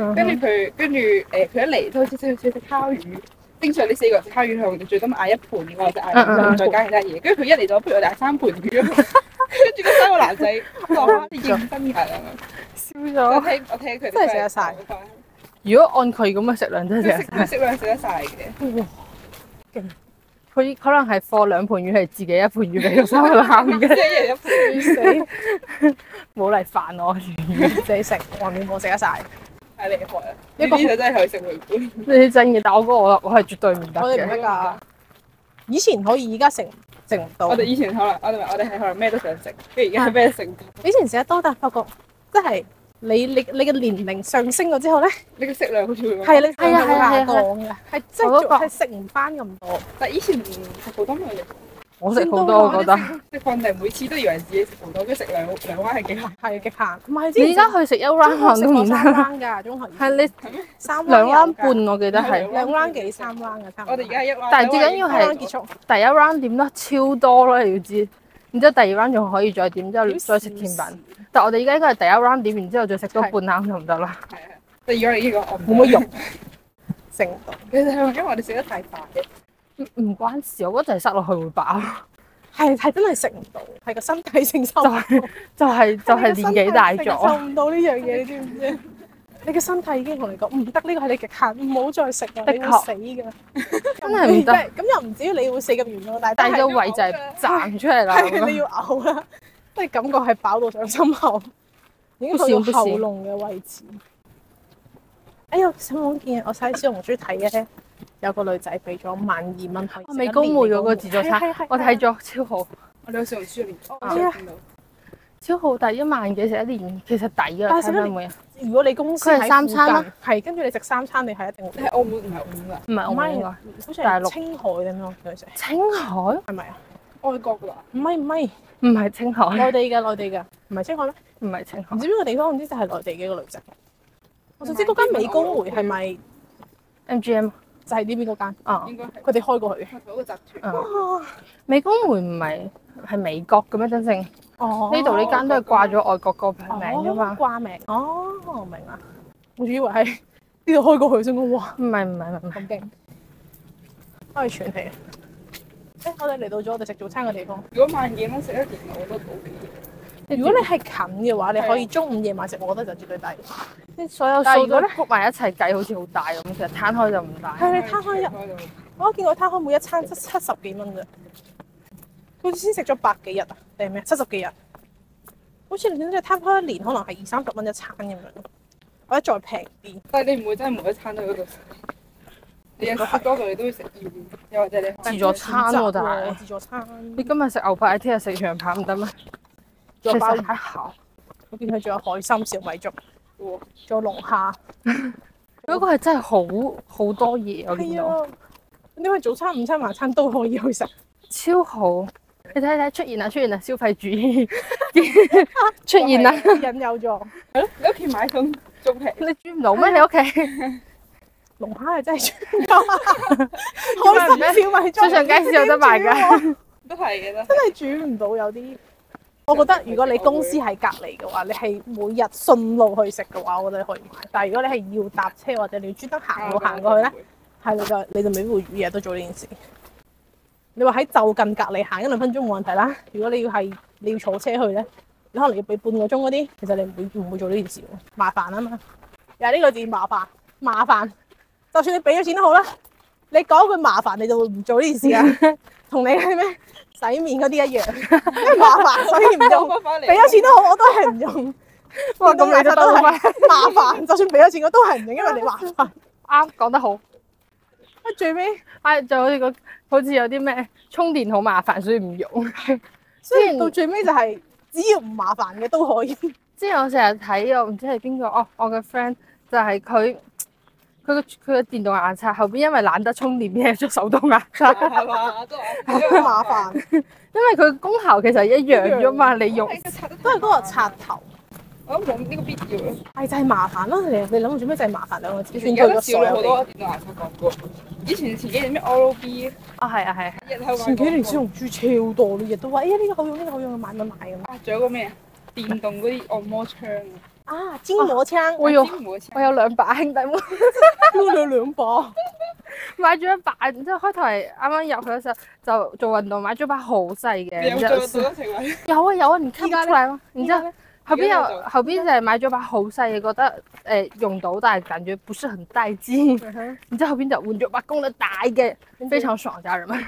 [SPEAKER 3] 樣。跟住佢，跟住誒，佢、一嚟都好似食食食烤魚。正常你四個人食烤魚，佢最多咪嗌一盤嘅，我就嗌
[SPEAKER 2] 嗯嗯
[SPEAKER 3] 兩
[SPEAKER 2] 嗯
[SPEAKER 3] 再加其他嘢。跟住佢一嚟就不如我哋嗌三盤魚啊嘛。跟住嗰三個男仔落翻啲認真㗎咁樣。
[SPEAKER 2] 笑
[SPEAKER 3] 我
[SPEAKER 2] 咗。
[SPEAKER 3] 聽我聽佢哋
[SPEAKER 1] 真係食得晒
[SPEAKER 3] 講返
[SPEAKER 2] 如果按佢咁嘅食量真
[SPEAKER 3] 佢食
[SPEAKER 2] 係，
[SPEAKER 3] 佢食量食得晒嘅。
[SPEAKER 1] 哇！
[SPEAKER 2] 佢可能係放兩盤魚係自己一盤魚俾個三個男
[SPEAKER 3] 即
[SPEAKER 2] 嘅，
[SPEAKER 3] 係一人一盤魚，
[SPEAKER 1] 死
[SPEAKER 2] 冇嚟煩我。
[SPEAKER 1] 你食，我面冇食得晒。
[SPEAKER 3] 太厲害啦！呢
[SPEAKER 2] 一個
[SPEAKER 3] 啲就真係可以食回本。
[SPEAKER 2] 呢啲真嘅，但我覺得我我係絕對唔得
[SPEAKER 1] 我哋唔
[SPEAKER 2] 嘅。
[SPEAKER 1] 得㗎。以前可以，而家食唔食唔到。
[SPEAKER 3] 我哋以前可能我哋我哋係可能咩都想食，跟住而家係咩都食唔到。
[SPEAKER 1] 以前食得多，但係發覺即係你你你嘅年齡上升咗之後咧，
[SPEAKER 3] 呢個適量好似會咁
[SPEAKER 1] 係你係
[SPEAKER 2] 係啊係啊
[SPEAKER 1] 下降嘅，係真係
[SPEAKER 2] 我都覺
[SPEAKER 1] 係食唔翻咁多。
[SPEAKER 3] 但係以前食好多咪
[SPEAKER 2] 我食好多，我覺得。
[SPEAKER 3] 食飯定每次都以為自己食好多，跟住食兩兩碗係幾難。
[SPEAKER 1] 係極限，唔係
[SPEAKER 2] 你而家去食一 round 可能
[SPEAKER 1] 食
[SPEAKER 2] 都唔
[SPEAKER 1] 過
[SPEAKER 2] 得
[SPEAKER 1] 三。round 㗎，中學
[SPEAKER 2] 係你
[SPEAKER 1] 三
[SPEAKER 2] 兩
[SPEAKER 1] 彎
[SPEAKER 2] round 半，我記得係
[SPEAKER 1] 兩 round 幾三 round 嘅差唔多。
[SPEAKER 3] 我哋而家一碗，
[SPEAKER 2] 但係最緊要係
[SPEAKER 1] 啱啱結束，
[SPEAKER 2] 第一 round 點得超多咯，你要知。然之後第二 round 仲可以再點，之後再食甜品。但我哋而家應該係第一 round 點，然之後再食多半 round 就唔得啦。
[SPEAKER 3] 係啊，第二個呢個我唔
[SPEAKER 1] 冇乜
[SPEAKER 3] 用。
[SPEAKER 1] 用，食唔到。
[SPEAKER 3] 其實係因為我哋食得太快嘅，
[SPEAKER 2] 唔唔關事，我覺得就係塞落去會飽，
[SPEAKER 1] 係係真係食唔到，係個身體承受
[SPEAKER 2] 就。係 就係就係年紀大咗。
[SPEAKER 1] 受唔到呢樣嘢，你知唔 知？你嘅身體已經同你講唔得，呢個係你極限，唔好再食啦，
[SPEAKER 2] 的
[SPEAKER 1] 你會
[SPEAKER 2] 確
[SPEAKER 1] 死㗎。
[SPEAKER 2] 真係唔得
[SPEAKER 1] 咁又唔至於你會死咁嚴重，但係
[SPEAKER 2] 但係個
[SPEAKER 1] 都係啊
[SPEAKER 2] 胃就係站出嚟啦，咁
[SPEAKER 1] 係
[SPEAKER 2] 啊
[SPEAKER 1] 你
[SPEAKER 2] 樣
[SPEAKER 1] 要嘔啦，即係感覺係飽到上心口，已經去
[SPEAKER 2] 不
[SPEAKER 1] 到
[SPEAKER 2] 少
[SPEAKER 1] 喉
[SPEAKER 2] 不少
[SPEAKER 1] 嚨嘅位置。哎呀，上網見我睇小紅書睇咧，有個女仔俾咗萬二蚊去食
[SPEAKER 2] 哦美高梅嗰個自助餐
[SPEAKER 1] 係啊係啊係啊
[SPEAKER 2] 我睇咗超好，
[SPEAKER 3] 我哋去小紅書入面，哦我
[SPEAKER 1] 係啊
[SPEAKER 3] 見到
[SPEAKER 2] 超好，但係一萬幾食一年其實抵啊㗎，
[SPEAKER 1] 但係
[SPEAKER 2] 睇
[SPEAKER 1] 食得
[SPEAKER 2] 翻每日。
[SPEAKER 1] 如果你公司
[SPEAKER 2] 佢係
[SPEAKER 1] 喺
[SPEAKER 2] 三餐啊
[SPEAKER 1] 附
[SPEAKER 2] 啦
[SPEAKER 1] 近，係跟住你食三餐，你係一定
[SPEAKER 3] 你
[SPEAKER 1] 會
[SPEAKER 3] 喺澳門唔係澳門㗎，
[SPEAKER 2] 唔係我應該
[SPEAKER 1] 係，好似
[SPEAKER 2] 大
[SPEAKER 1] 係
[SPEAKER 2] 陸
[SPEAKER 1] 青海咁樣女仔，
[SPEAKER 2] 青海，唔
[SPEAKER 1] 係咪啊？
[SPEAKER 3] 外國㗎啦，
[SPEAKER 1] 唔係唔係，
[SPEAKER 2] 係青海，
[SPEAKER 1] 內地嘅內地嘅，哦唔係青海咩？
[SPEAKER 2] 唔係青海
[SPEAKER 1] 唔。知邊個地方，唔知就係內地嘅一個女仔。我想知嗰間美高梅係咪
[SPEAKER 2] M G M
[SPEAKER 1] 就係呢邊嗰間？
[SPEAKER 2] 啊，
[SPEAKER 3] 應該係
[SPEAKER 1] 佢哋開過去嘅。
[SPEAKER 3] 係同一個集
[SPEAKER 2] 嗯
[SPEAKER 3] 團。
[SPEAKER 1] 哦
[SPEAKER 2] 美高梅唔係係美國嘅咩？真正呢
[SPEAKER 1] 哦
[SPEAKER 2] 度呢間都係掛咗外國個名
[SPEAKER 1] 名
[SPEAKER 2] 㗎嘛。
[SPEAKER 1] 掛名。哦，我明啦。我仲以為係 呢度開過去先講，哇，
[SPEAKER 2] 唔係唔係唔係，
[SPEAKER 1] 咁勁，可以喘氣。誒，我哋嚟到咗我哋食早餐嘅地方。
[SPEAKER 3] 如果萬幾蚊食一年，我覺得 O K
[SPEAKER 1] 如果你係近嘅話，你
[SPEAKER 3] 係啊
[SPEAKER 1] 可以中午夜晚食，我覺得就絕對抵。
[SPEAKER 2] 啲所有
[SPEAKER 1] 但係如
[SPEAKER 2] 數
[SPEAKER 1] 果
[SPEAKER 2] 都
[SPEAKER 1] 咧
[SPEAKER 2] 撲埋一齊計，好似好大咁，其實攤開就唔大。
[SPEAKER 1] 係你攤開一，
[SPEAKER 3] 入
[SPEAKER 1] 我見過攤開每一餐七七十幾蚊啫。好似先食咗百幾日啊，定係咩？七十幾日。好似你真係攤開一年，可能係二三十蚊一餐咁樣，或者再平啲。
[SPEAKER 3] 但係你唔會真係每一餐都喺嗰度食。你有時多到你都會食厭，又或者你
[SPEAKER 2] 自助餐喎但係
[SPEAKER 1] 自助餐。
[SPEAKER 2] 你今日食牛排，聽日食羊排唔得咩？其
[SPEAKER 1] 仲有鮑
[SPEAKER 2] 實
[SPEAKER 1] 魚
[SPEAKER 2] 還好，
[SPEAKER 1] 我見佢仲有海參、小米粥，
[SPEAKER 3] 喎，
[SPEAKER 1] 仲有龍蝦。
[SPEAKER 2] 嗰個係真係好好多嘢，我見
[SPEAKER 1] 係
[SPEAKER 2] 到
[SPEAKER 1] 啊，因為早餐、午餐、晚餐都可以去 食。
[SPEAKER 2] 超好。你睇睇出現啦，出現啦，消費主義 出現啦！
[SPEAKER 1] 引誘咗
[SPEAKER 3] 係咯，你屋企買餸仲平，
[SPEAKER 2] 你煮唔到咩？你屋企
[SPEAKER 1] 龍蝦係真係專 家，海參、小米粥
[SPEAKER 2] 出上街市有得賣㗎。
[SPEAKER 3] 都係嘅啦。
[SPEAKER 1] 真係煮唔到有啲。我覺得如果你公司喺隔離嘅話，你係每日順路去食嘅話，我覺得可以買。但係如果你係要搭車或者你要專登行
[SPEAKER 3] 啊
[SPEAKER 1] 路行過去咧，
[SPEAKER 3] 咧，
[SPEAKER 1] 係你就你就未必會日日都做呢件事。你話喺就近隔離行一兩分鐘冇問題啦。如果你要係你要坐車去咧，你可能要俾半個鐘嗰啲，其實你唔會唔會做呢件事喎，麻煩啊嘛。又係呢個字麻煩，麻煩。就算你俾咗錢都好啦，你講句麻煩，你就會唔做呢件事 啊。同你係咩洗面嗰啲一樣，因為麻煩所以唔
[SPEAKER 3] 我
[SPEAKER 1] 用。
[SPEAKER 3] 翻返嚟，
[SPEAKER 1] 俾咗錢都好，我都係唔用。
[SPEAKER 2] 哇咁你都得啦
[SPEAKER 1] 麻煩，就算俾咗錢我都係唔用，因為你麻 煩。
[SPEAKER 2] 啱講得好。
[SPEAKER 1] 最尾。
[SPEAKER 2] 唉，就好似個好似有啲咩充電好麻煩，所以唔用。
[SPEAKER 1] 所以到最尾就係、只要唔麻煩嘅都可以。
[SPEAKER 2] 之前我成日睇，我唔知係邊個，哦，我嘅 friend 就係佢，佢個佢個電動牙刷後邊因為懶得充電，變咗手動牙刷。
[SPEAKER 3] 啊係嘛？都話
[SPEAKER 1] 都麻煩，
[SPEAKER 2] 因為佢功效其實一樣啫嘛，你用
[SPEAKER 3] 因為佢刷得
[SPEAKER 1] 都係嗰個
[SPEAKER 3] 太慢
[SPEAKER 1] 刷頭，
[SPEAKER 3] 我都冇呢個必要咯。
[SPEAKER 1] 係就係麻煩咯。你你諗住做咩就係麻煩兩個字，
[SPEAKER 3] 其實
[SPEAKER 1] 算
[SPEAKER 3] 而家
[SPEAKER 1] 佢個
[SPEAKER 3] 都少
[SPEAKER 1] 所
[SPEAKER 3] 咗好
[SPEAKER 1] 有
[SPEAKER 3] 多電動牙刷廣告。以前前幾年咩 Oral B，
[SPEAKER 2] 啊係啊係啊，
[SPEAKER 3] 日日喺度
[SPEAKER 1] 嘢。前幾年小
[SPEAKER 3] 先
[SPEAKER 1] 紅書超多，日日都話：哎呀呢個好用，呢個好用，買買買咁。
[SPEAKER 3] 啊，仲有個咩啊？電動嗰啲按摩槍啊，
[SPEAKER 1] 啊，筋膜槍，
[SPEAKER 2] 我用
[SPEAKER 3] 啊尖磨槍
[SPEAKER 2] 我有兩把兄弟妹
[SPEAKER 1] 攞兩兩把，
[SPEAKER 2] 買咗一把，然之後開頭係啱啱入去嗰時候就做運動買咗把好細嘅，
[SPEAKER 3] 你有
[SPEAKER 2] 然之
[SPEAKER 3] 冇做
[SPEAKER 2] 後
[SPEAKER 3] 到一齊玩？
[SPEAKER 2] 有啊有啊，你 keep
[SPEAKER 1] 依家
[SPEAKER 2] 出
[SPEAKER 1] 呢
[SPEAKER 2] 嚟嘛，然之後。後邊
[SPEAKER 3] 而家呢
[SPEAKER 2] 又後邊就係買咗把好細嘅，覺得誒、呃用到，但係感覺不是很帶勁。然之後後邊就換咗把功率大嘅，非常爽家人們。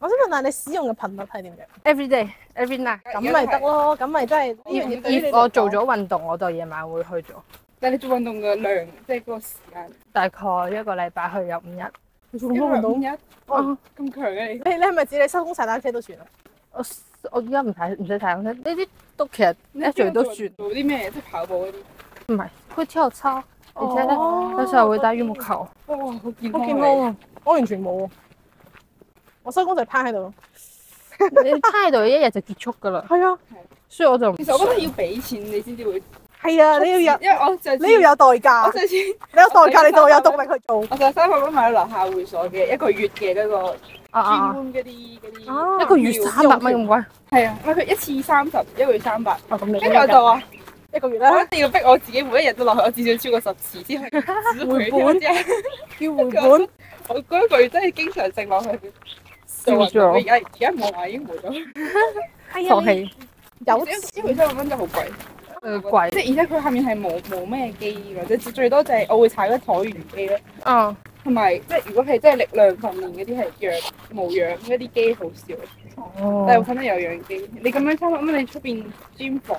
[SPEAKER 1] 我想問下你使用嘅頻率係點樣？
[SPEAKER 2] Every day, every night。
[SPEAKER 1] 咁咪得咯，咁咪真係呢樣嘢對於你嚟
[SPEAKER 2] 而
[SPEAKER 1] 講
[SPEAKER 2] 我做咗，運動，我就夜晚會去做，
[SPEAKER 3] 但係你做運動嘅量，即係嗰個時間，
[SPEAKER 2] 大概一個禮拜去有五日。
[SPEAKER 1] 你仲
[SPEAKER 3] 跟住
[SPEAKER 1] 幫唔
[SPEAKER 3] 佢
[SPEAKER 1] 到
[SPEAKER 3] 五？一
[SPEAKER 1] 哦
[SPEAKER 3] 咁強嘅你，
[SPEAKER 1] 你你係咪指你收工踩單車都算啊？
[SPEAKER 2] 我我依家唔睇唔使睇，呢啲都其實
[SPEAKER 3] 你
[SPEAKER 2] 一樣都
[SPEAKER 3] 做
[SPEAKER 2] 算，
[SPEAKER 3] 做啲咩？即係跑步嗰啲。
[SPEAKER 2] 唔係佢跳操，而且咧
[SPEAKER 1] 哦
[SPEAKER 2] 有時候會打羽 毛球。
[SPEAKER 3] 哇，好健
[SPEAKER 1] 我見
[SPEAKER 3] 康健
[SPEAKER 1] 到啊，我完全冇啊！我收工就趴喺度咯。
[SPEAKER 2] 你猜到一日就結束㗎啦，
[SPEAKER 1] 係啊，
[SPEAKER 2] 所以我就唔
[SPEAKER 3] 其實我覺得要俾錢你先至會，
[SPEAKER 1] 係啊，你要有
[SPEAKER 3] 因為我上次
[SPEAKER 1] 你要有代
[SPEAKER 3] 我
[SPEAKER 1] 價，
[SPEAKER 3] 上次
[SPEAKER 1] 你有代價你就會有動力去做。
[SPEAKER 3] 我上三百蚊買咗樓下會所嘅一個月嘅嗰個
[SPEAKER 2] 啊啊啊
[SPEAKER 3] gym 嗰啲嗰啲。
[SPEAKER 1] 啊
[SPEAKER 2] 一個月三百蚊咁貴，
[SPEAKER 3] 係啊，唔係佢一次三十，一個月 三百。
[SPEAKER 1] 哦，咁你
[SPEAKER 3] 跟住我就話，
[SPEAKER 1] 一個月
[SPEAKER 3] 我一
[SPEAKER 1] 啦，
[SPEAKER 3] 定要逼我自己每一日都落去，我至少超過十次 先去
[SPEAKER 1] 回本
[SPEAKER 3] 啫。
[SPEAKER 1] 要回本。
[SPEAKER 3] 我嗰一個月真係經常性落去。
[SPEAKER 2] 笑咗
[SPEAKER 3] 我而家而家冇買，已經冇咗。
[SPEAKER 2] 放棄
[SPEAKER 1] 有
[SPEAKER 3] 因為三百蚊真係好貴。
[SPEAKER 2] 誒貴，
[SPEAKER 3] 即係而且佢下面係冇冇咩機㗎，即係最多就係我會踩嗰啲橢圓機咯，
[SPEAKER 2] 嗯，
[SPEAKER 3] 同埋即係如果係真係力量訓練嗰啲係氧無氧嗰啲機好少，但係
[SPEAKER 2] 哦
[SPEAKER 3] 我，睇得有氧機。你咁樣三百蚊，你出邊 gym 房，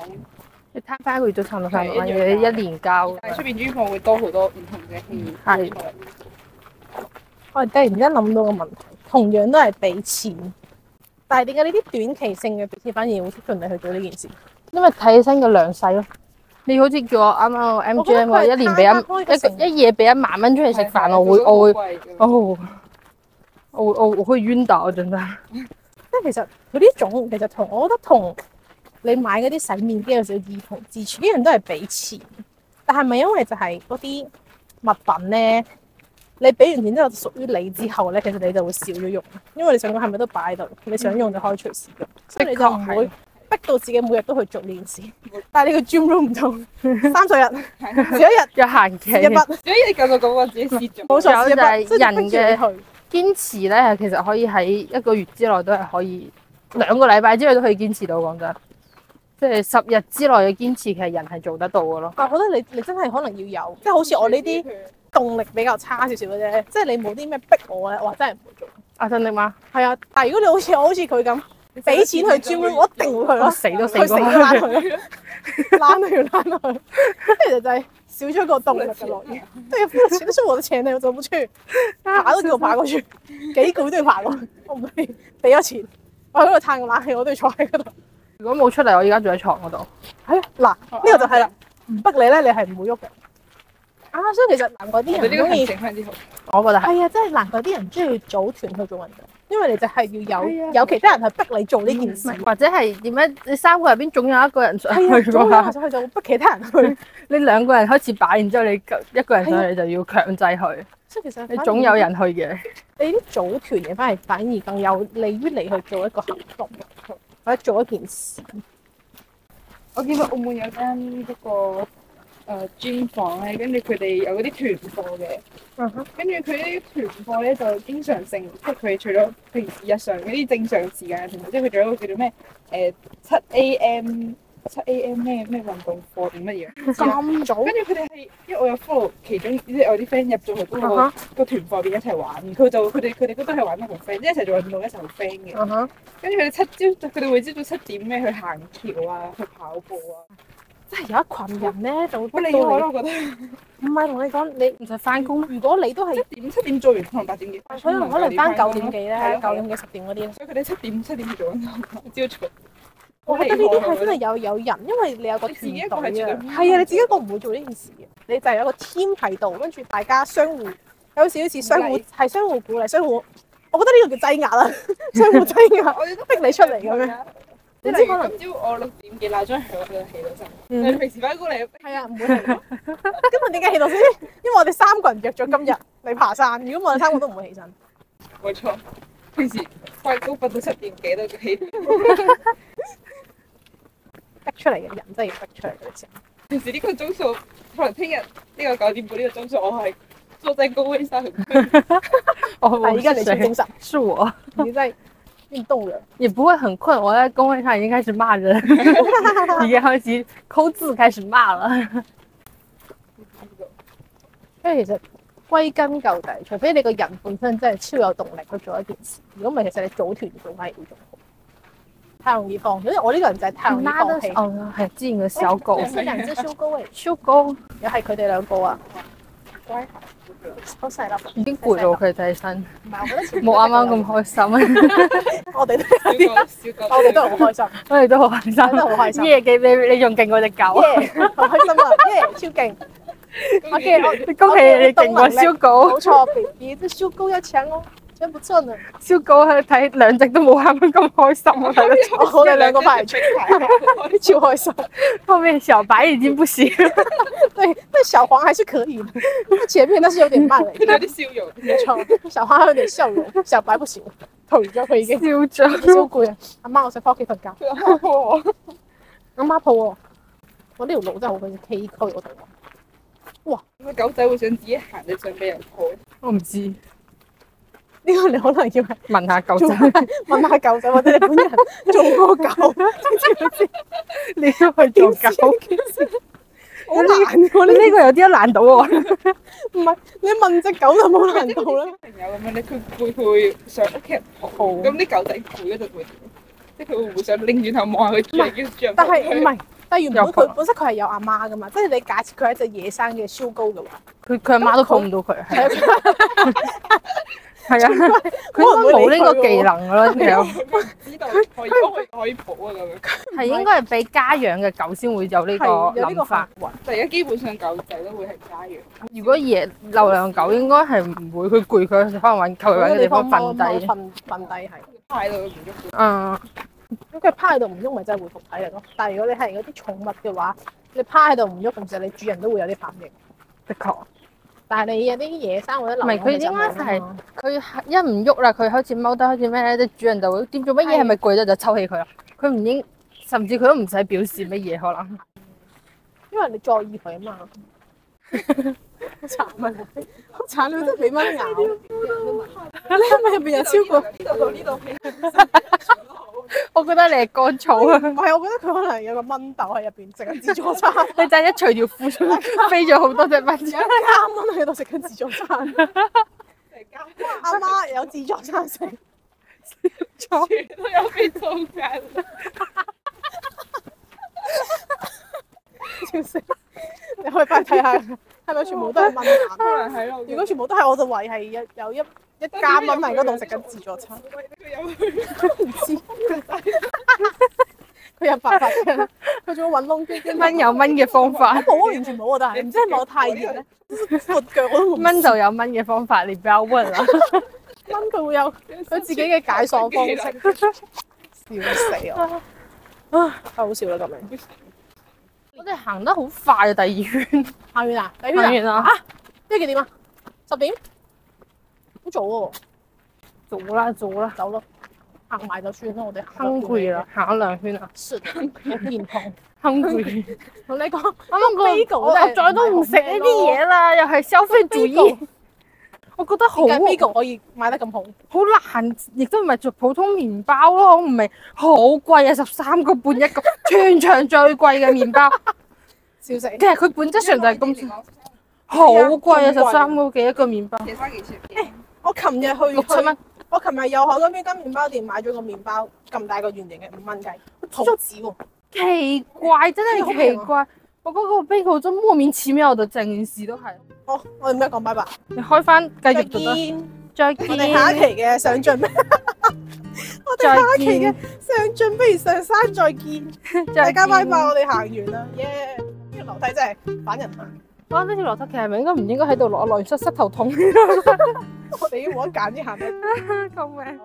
[SPEAKER 2] 你攤翻一個月都差唔多三百蚊，
[SPEAKER 3] 係一樣㗎
[SPEAKER 2] 你一年交㗎，
[SPEAKER 3] 但係出邊 gym 房會多好多唔同嘅器
[SPEAKER 2] 係
[SPEAKER 3] 材。
[SPEAKER 1] 我哋突然之間諗到個問題，同樣都係俾錢，但係點解呢啲短期性嘅俾錢反而會促進你去做呢件事？
[SPEAKER 2] 因為睇起身嘅量細咯。你好似叫我啱啱我 M
[SPEAKER 1] 我
[SPEAKER 2] G
[SPEAKER 1] 覺得
[SPEAKER 2] M
[SPEAKER 1] 佢
[SPEAKER 2] 話
[SPEAKER 1] 係
[SPEAKER 2] 一年俾一
[SPEAKER 1] 攤開個成
[SPEAKER 2] 一個一夜俾一萬蚊出去食飯，我會我會
[SPEAKER 3] 會
[SPEAKER 2] 哦，我會我我會冤打我真係。
[SPEAKER 1] 即係其實佢呢種其實同我覺得同你買嗰啲洗面機有少少異同之處，呢樣都係俾錢，但係咪因為就係嗰啲物品咧，你俾完錢之後屬於你之後咧，其實你就會少咗用，因為你想講係咪都擺喺度，你 想用就可以隨時用，所以你就唔會逼到自己每日都去做呢件事。
[SPEAKER 2] 嗯
[SPEAKER 1] 但係你個 gym room 唔 同，三十日少一日
[SPEAKER 2] 有限期
[SPEAKER 1] 一筆，
[SPEAKER 3] 所以你夠到講我自己試咗，
[SPEAKER 1] 冇錯，
[SPEAKER 2] 仲
[SPEAKER 1] 少一
[SPEAKER 2] 有就係
[SPEAKER 1] 筆，即係逼住
[SPEAKER 2] 人
[SPEAKER 1] 你去。
[SPEAKER 2] 堅持咧，其實可以喺一個月之內都係可以兩個禮拜之內都可以堅持到。講真，即係十日之內嘅堅持，其實人係做得到嘅咯。
[SPEAKER 1] 但係我覺得你你真係可能要有，即係好似我呢啲。動力比較差少少嘅啫，即係你冇啲咩逼我咧，我真係唔會做。
[SPEAKER 2] 啊，真的嗎？
[SPEAKER 1] 係啊，但係如果你好似我好似佢咁， 俾錢去 gym room，我一定會去
[SPEAKER 2] 我
[SPEAKER 1] 咯，
[SPEAKER 2] 死都死
[SPEAKER 1] 去死
[SPEAKER 2] 過
[SPEAKER 1] 哦都。躝佢啦，躝去躝去，其實就係少咗個動力嘅來 源。對，付了錢都是我的錢呢，我走不去，爬都叫我爬過 去，幾攰都要爬過去，我唔理，俾咗錢，我喺度嘆個冷氣，我都要坐喺嗰度。
[SPEAKER 2] 如果冇出嚟，我而家仲喺床嗰度。
[SPEAKER 1] 係啊，嗱，呢個就係啦，唔逼你咧，你係唔會喐嘅。啊，所以其實難怪啲
[SPEAKER 3] 我
[SPEAKER 1] 人唔
[SPEAKER 3] 哋呢個
[SPEAKER 1] 中意
[SPEAKER 3] 行。程非常之好。
[SPEAKER 2] 我覺得係。
[SPEAKER 1] 係啊，真係難怪啲人中意組團去做運動，因為你就係要
[SPEAKER 3] 係
[SPEAKER 1] 有
[SPEAKER 3] 啊
[SPEAKER 1] 有其他人去逼你做呢件事。
[SPEAKER 2] 或者係點樣？你三個入邊總有一個人想
[SPEAKER 1] 係啊，
[SPEAKER 2] 去
[SPEAKER 1] 總有人
[SPEAKER 2] 啩？
[SPEAKER 1] 想去就會逼其他人去，
[SPEAKER 2] 你兩個人開始擺，然之後你一個人上去，你就要強制去。
[SPEAKER 1] 所以其實
[SPEAKER 2] 你
[SPEAKER 1] 反而
[SPEAKER 2] 總有人去嘅。
[SPEAKER 1] 你啲組團嘅反而反而更有利於你去做一個行動，或者做一件事。
[SPEAKER 3] 我見到澳門有間嗰個誒 gym 房咧，跟住佢哋有嗰啲團課嘅，
[SPEAKER 1] 嗯
[SPEAKER 3] 跟住佢啲團課咧就經常性，即係佢除咗平時日常嗰啲正常時間嘅團課，即係佢仲有一個叫做咩誒七 A.M. 七 A.M. 咩咩運動課定乜嘢？
[SPEAKER 1] 咁早
[SPEAKER 3] 跟住佢哋係，因為我有 follow 其中即係我啲 friend 入咗去嗰
[SPEAKER 1] 啊
[SPEAKER 3] 個個團課入邊一齊玩，佢就佢哋佢哋都係玩得好 friend，即係一齊做運動一齊好 friend 嘅。
[SPEAKER 1] 啊哈，
[SPEAKER 3] 跟住佢哋七朝，佢哋會朝早七點咩去行橋啊，去跑步啊。
[SPEAKER 1] 真係有一群人咧就會
[SPEAKER 3] 好
[SPEAKER 1] 逼
[SPEAKER 3] 厲害
[SPEAKER 1] 到
[SPEAKER 3] 咯，我覺得
[SPEAKER 1] 你。唔係同你講，你
[SPEAKER 2] 唔使翻工咩？
[SPEAKER 1] 如果你都係
[SPEAKER 3] 七點七點做完可能八點幾，
[SPEAKER 1] 可能可能翻九點幾咧，九
[SPEAKER 3] 係咯。係咯
[SPEAKER 1] 點幾十點嗰啲。
[SPEAKER 3] 所以佢哋七點七點去做運動，朝早。
[SPEAKER 1] 我覺得呢
[SPEAKER 3] 啊
[SPEAKER 1] 啲係真係有有人，因為你有個
[SPEAKER 3] 你自己一個
[SPEAKER 1] 團隊啊
[SPEAKER 3] 係絕，對
[SPEAKER 1] 係啊，你自己一個唔會做呢件事嘅，你就係有個 team 喺度，跟住大家相互有少少似相互
[SPEAKER 3] 鼓勵
[SPEAKER 1] 係相互鼓勵，相互，我覺得呢個叫擠壓啦， 相互擠壓，
[SPEAKER 3] 我哋都
[SPEAKER 1] 逼你出嚟咁樣。
[SPEAKER 3] 樣。即
[SPEAKER 1] 你知可
[SPEAKER 3] 係
[SPEAKER 1] 能
[SPEAKER 3] 今朝我六點幾鬧鐘響，我就起到身。你
[SPEAKER 1] 嗯
[SPEAKER 3] 平時翻工你
[SPEAKER 1] 係啊，唔會係咯。今日點解起到先？因為我哋三個人約咗今日嚟爬山，如果唔係我哋三個都唔會起身。
[SPEAKER 3] 冇錯，平時翻工瞓到七點幾都起。
[SPEAKER 1] 逼出嚟嘅人真係要逼出嚟嘅時候，
[SPEAKER 3] 平時呢個鐘數，可能聽日呢個九點半呢個鐘數，我係坐正高威山。
[SPEAKER 2] 我
[SPEAKER 1] 但係而家你先精
[SPEAKER 2] 是
[SPEAKER 1] 神，
[SPEAKER 2] 是我，
[SPEAKER 1] 你真係運動人。
[SPEAKER 2] 也不會很困。我在工位上已經開始罵人， 已經開始抠字，開始罵了。
[SPEAKER 1] 因為其實歸根究底，除非你個人本身真係超有動力去做一件事，如果唔係，其實你組團做反而會仲好。太容易放棄，因為我呢個人就係太容易放
[SPEAKER 2] 媽
[SPEAKER 1] 棄。
[SPEAKER 2] 哦，係之前嘅小狗
[SPEAKER 1] 我，是兩隻修高位，
[SPEAKER 2] 小狗
[SPEAKER 1] 又係佢哋兩個啊！
[SPEAKER 3] 乖巧。
[SPEAKER 1] 好細粒，
[SPEAKER 2] 已經攰到佢睇 身，
[SPEAKER 1] 唔係我覺得啊
[SPEAKER 2] 冇啱啱咁開 心，
[SPEAKER 1] 我哋都有啲，
[SPEAKER 3] 小
[SPEAKER 1] 我哋都好開心，
[SPEAKER 2] 我哋都好開心，
[SPEAKER 1] 我哋都好開心
[SPEAKER 2] 呢嘢幾你你仲勁過只狗，
[SPEAKER 1] 耶！好開心啊，耶！超勁，我嘅我
[SPEAKER 2] 恭喜你勁過燒狗，
[SPEAKER 1] 冇錯，B B 都超高一尺哦，真不 真啊！
[SPEAKER 2] 燒狗係睇兩隻都冇啱啱咁開心， 我睇得出。
[SPEAKER 1] 哦我哋兩個排
[SPEAKER 3] 出嚟，
[SPEAKER 1] 超開心，
[SPEAKER 2] 後面小白已經不行了，
[SPEAKER 1] 對，但小黃還是可以的，那前面但是有點慢 了，
[SPEAKER 3] 佢哋有啲笑容。
[SPEAKER 1] 沒錯，小黃有點笑容，小白不行，頹咗佢已經，
[SPEAKER 2] 笑
[SPEAKER 1] 超
[SPEAKER 2] 咗。
[SPEAKER 1] 攰啊！阿媽，我想翻屋企瞓覺。
[SPEAKER 3] 佢話好餓
[SPEAKER 1] 阿媽抱我，我呢條路真係好鬼崎嶇，我同你
[SPEAKER 3] 咁個狗仔會想自己行定想俾人抱？
[SPEAKER 2] 我唔知，
[SPEAKER 1] 講，呢個你可能要係
[SPEAKER 2] 問下狗仔
[SPEAKER 1] 做，問下狗仔或者你本人做過狗，
[SPEAKER 2] 你都去做狗，
[SPEAKER 1] 好難喎呢
[SPEAKER 2] 呢個有啲難到我。
[SPEAKER 1] 唔係你問只狗就冇難度啦。
[SPEAKER 3] 朋友咁樣咧，佢會唔會想屋企人抱？
[SPEAKER 1] 抱
[SPEAKER 3] 咁啲狗仔攰嗰陣會點？即係佢會唔會想拎轉頭望下佢主人叫主人抱
[SPEAKER 1] 但
[SPEAKER 3] 佢？
[SPEAKER 1] 係唔係？但係原本
[SPEAKER 2] 有可
[SPEAKER 1] 佢
[SPEAKER 2] 能
[SPEAKER 1] 本身佢係有阿媽噶嘛，即係你假設佢係一隻野生嘅超高嘅話，
[SPEAKER 2] 佢佢阿媽都抱唔到佢， 係啊，係啊，佢
[SPEAKER 1] 可能
[SPEAKER 2] 應該
[SPEAKER 1] 會
[SPEAKER 2] 冇
[SPEAKER 1] 理
[SPEAKER 2] 呢個技能噶啦，係啊
[SPEAKER 3] 知道可以可以可以抱啊咁樣。
[SPEAKER 2] 係應該係俾家養嘅狗先會有呢個
[SPEAKER 1] 係有呢個行
[SPEAKER 2] 諗法。
[SPEAKER 1] 為。
[SPEAKER 3] 但係而家基本上狗仔都會係家養，
[SPEAKER 2] 如果野流浪狗應該係唔會，佢攰佢可能揾求其揾個地方瞓低。
[SPEAKER 1] 瞓瞓低係。
[SPEAKER 3] 態度唔足夠。
[SPEAKER 2] 嗯，
[SPEAKER 1] 咁佢趴喺度唔喐，咪真係恢復體力咯。但係如果你係嗰啲寵物嘅話，你趴喺度唔喐，其實你主人都會有啲反應。
[SPEAKER 2] 的確，但
[SPEAKER 1] 但係你有啲野生或者流
[SPEAKER 2] 唔
[SPEAKER 1] 浪
[SPEAKER 2] 係佢
[SPEAKER 1] 嘅就
[SPEAKER 2] 應
[SPEAKER 1] 冇啊
[SPEAKER 2] 該
[SPEAKER 1] 㗎嘛
[SPEAKER 2] 係佢一唔喐啦，佢開始踎低，開始咩咧？啲主人就會點做乜嘢？
[SPEAKER 1] 係
[SPEAKER 2] 係咪攰咗就抽起佢啦？佢唔應，甚至佢都唔使表示乜嘢，可能
[SPEAKER 1] 因為你在意佢啊嘛。好慘啊！你好慘，你真係俾蚊咬。你係咪入邊有超過？
[SPEAKER 3] 呢度到呢度起
[SPEAKER 2] 我覺得你係乾燥啊！
[SPEAKER 1] 唔係，我覺得佢可能有個蚊竇喺入邊食緊自助餐，
[SPEAKER 2] 你就係一除條褲出嚟，飛咗好多隻蚊出嚟。
[SPEAKER 1] 啱蚊喺度食緊自助餐。
[SPEAKER 3] 成家
[SPEAKER 1] 阿媽有自助餐食，
[SPEAKER 3] 全都有被做緊。
[SPEAKER 1] 笑死！你可以翻去睇下，係咪全部都係蚊咬？
[SPEAKER 3] 可能係咯。
[SPEAKER 1] 如果全部都係我就懷疑係一有一一家蚊喺嗰度食緊自助餐，
[SPEAKER 3] 佢有佢
[SPEAKER 1] 唔知佢有辦法嘅，佢仲要揾窿捐捐
[SPEAKER 2] 蚊有蚊嘅方法
[SPEAKER 1] 我，冇啊，完全冇啊，但係唔知係咪我太熱咧，闊腳我都冇。
[SPEAKER 2] 蚊就有蚊嘅方法，你不要問啦。
[SPEAKER 1] 蚊佢會有佢自己嘅解鎖方式，笑死我！ 啊，太好笑啦咁樣。
[SPEAKER 2] 我哋行得好快啊，第二圈。
[SPEAKER 1] 下月啊，底
[SPEAKER 2] 行
[SPEAKER 1] 圈啊，
[SPEAKER 2] 完啦，
[SPEAKER 1] 呢幾點啊？十點，好早喎，
[SPEAKER 2] 早啦早啦，
[SPEAKER 1] 走咯，行埋就算啦，我哋行
[SPEAKER 2] hungry 啦，，行咗兩圈啦
[SPEAKER 1] 是的，有健 康。
[SPEAKER 2] ，hungry。
[SPEAKER 1] 同你講。
[SPEAKER 2] 啱啱嗰個
[SPEAKER 1] Bagel
[SPEAKER 2] 我我
[SPEAKER 1] 真係
[SPEAKER 2] 再都唔食呢啲嘢啦，又係消費主義
[SPEAKER 1] Bagel。
[SPEAKER 2] 我覺得好
[SPEAKER 1] 點解 Bagel 可以賣得咁好？
[SPEAKER 2] 好難，亦都唔係做普通麵包咯，我唔明，好貴啊，十三個半一個， 全場最貴嘅麵包。
[SPEAKER 1] 笑死！
[SPEAKER 2] 其實佢本質上就係咁，
[SPEAKER 3] 咁。
[SPEAKER 2] 好貴啊，
[SPEAKER 1] 咁貴
[SPEAKER 2] 十三個幾一個麵包，
[SPEAKER 3] 其他幾錢？
[SPEAKER 1] 我琴日去
[SPEAKER 2] 六七蚊。
[SPEAKER 1] 我琴日又喺嗰邊間麵包店買咗個麵包，咁大個圓形嘅五蚊雞，好紙喎。
[SPEAKER 2] 奇怪，真係奇
[SPEAKER 1] 啊
[SPEAKER 2] 怪。我嗰個 bagel 真莫名其妙，我就成件事都係。
[SPEAKER 1] 好，我哋唔該講拜拜，
[SPEAKER 2] 你開翻繼續就
[SPEAKER 1] 再
[SPEAKER 2] 得，
[SPEAKER 1] 見。
[SPEAKER 2] 再
[SPEAKER 1] 我哋下一期
[SPEAKER 2] 見，
[SPEAKER 1] 嘅上進咩？我哋下
[SPEAKER 2] 再
[SPEAKER 1] 一期嘅
[SPEAKER 2] 見，
[SPEAKER 1] 上進不如上山再見。大
[SPEAKER 2] 再
[SPEAKER 1] 家拜
[SPEAKER 2] 見
[SPEAKER 1] 拜，。我哋行完啦，耶！呢個樓梯真係反人行，
[SPEAKER 2] 哇！啊呢條樓梯其實係咪應該唔應該喺度落？我落完膝膝頭痛，
[SPEAKER 1] 我哋已經冇得揀，啲行到
[SPEAKER 2] 救命！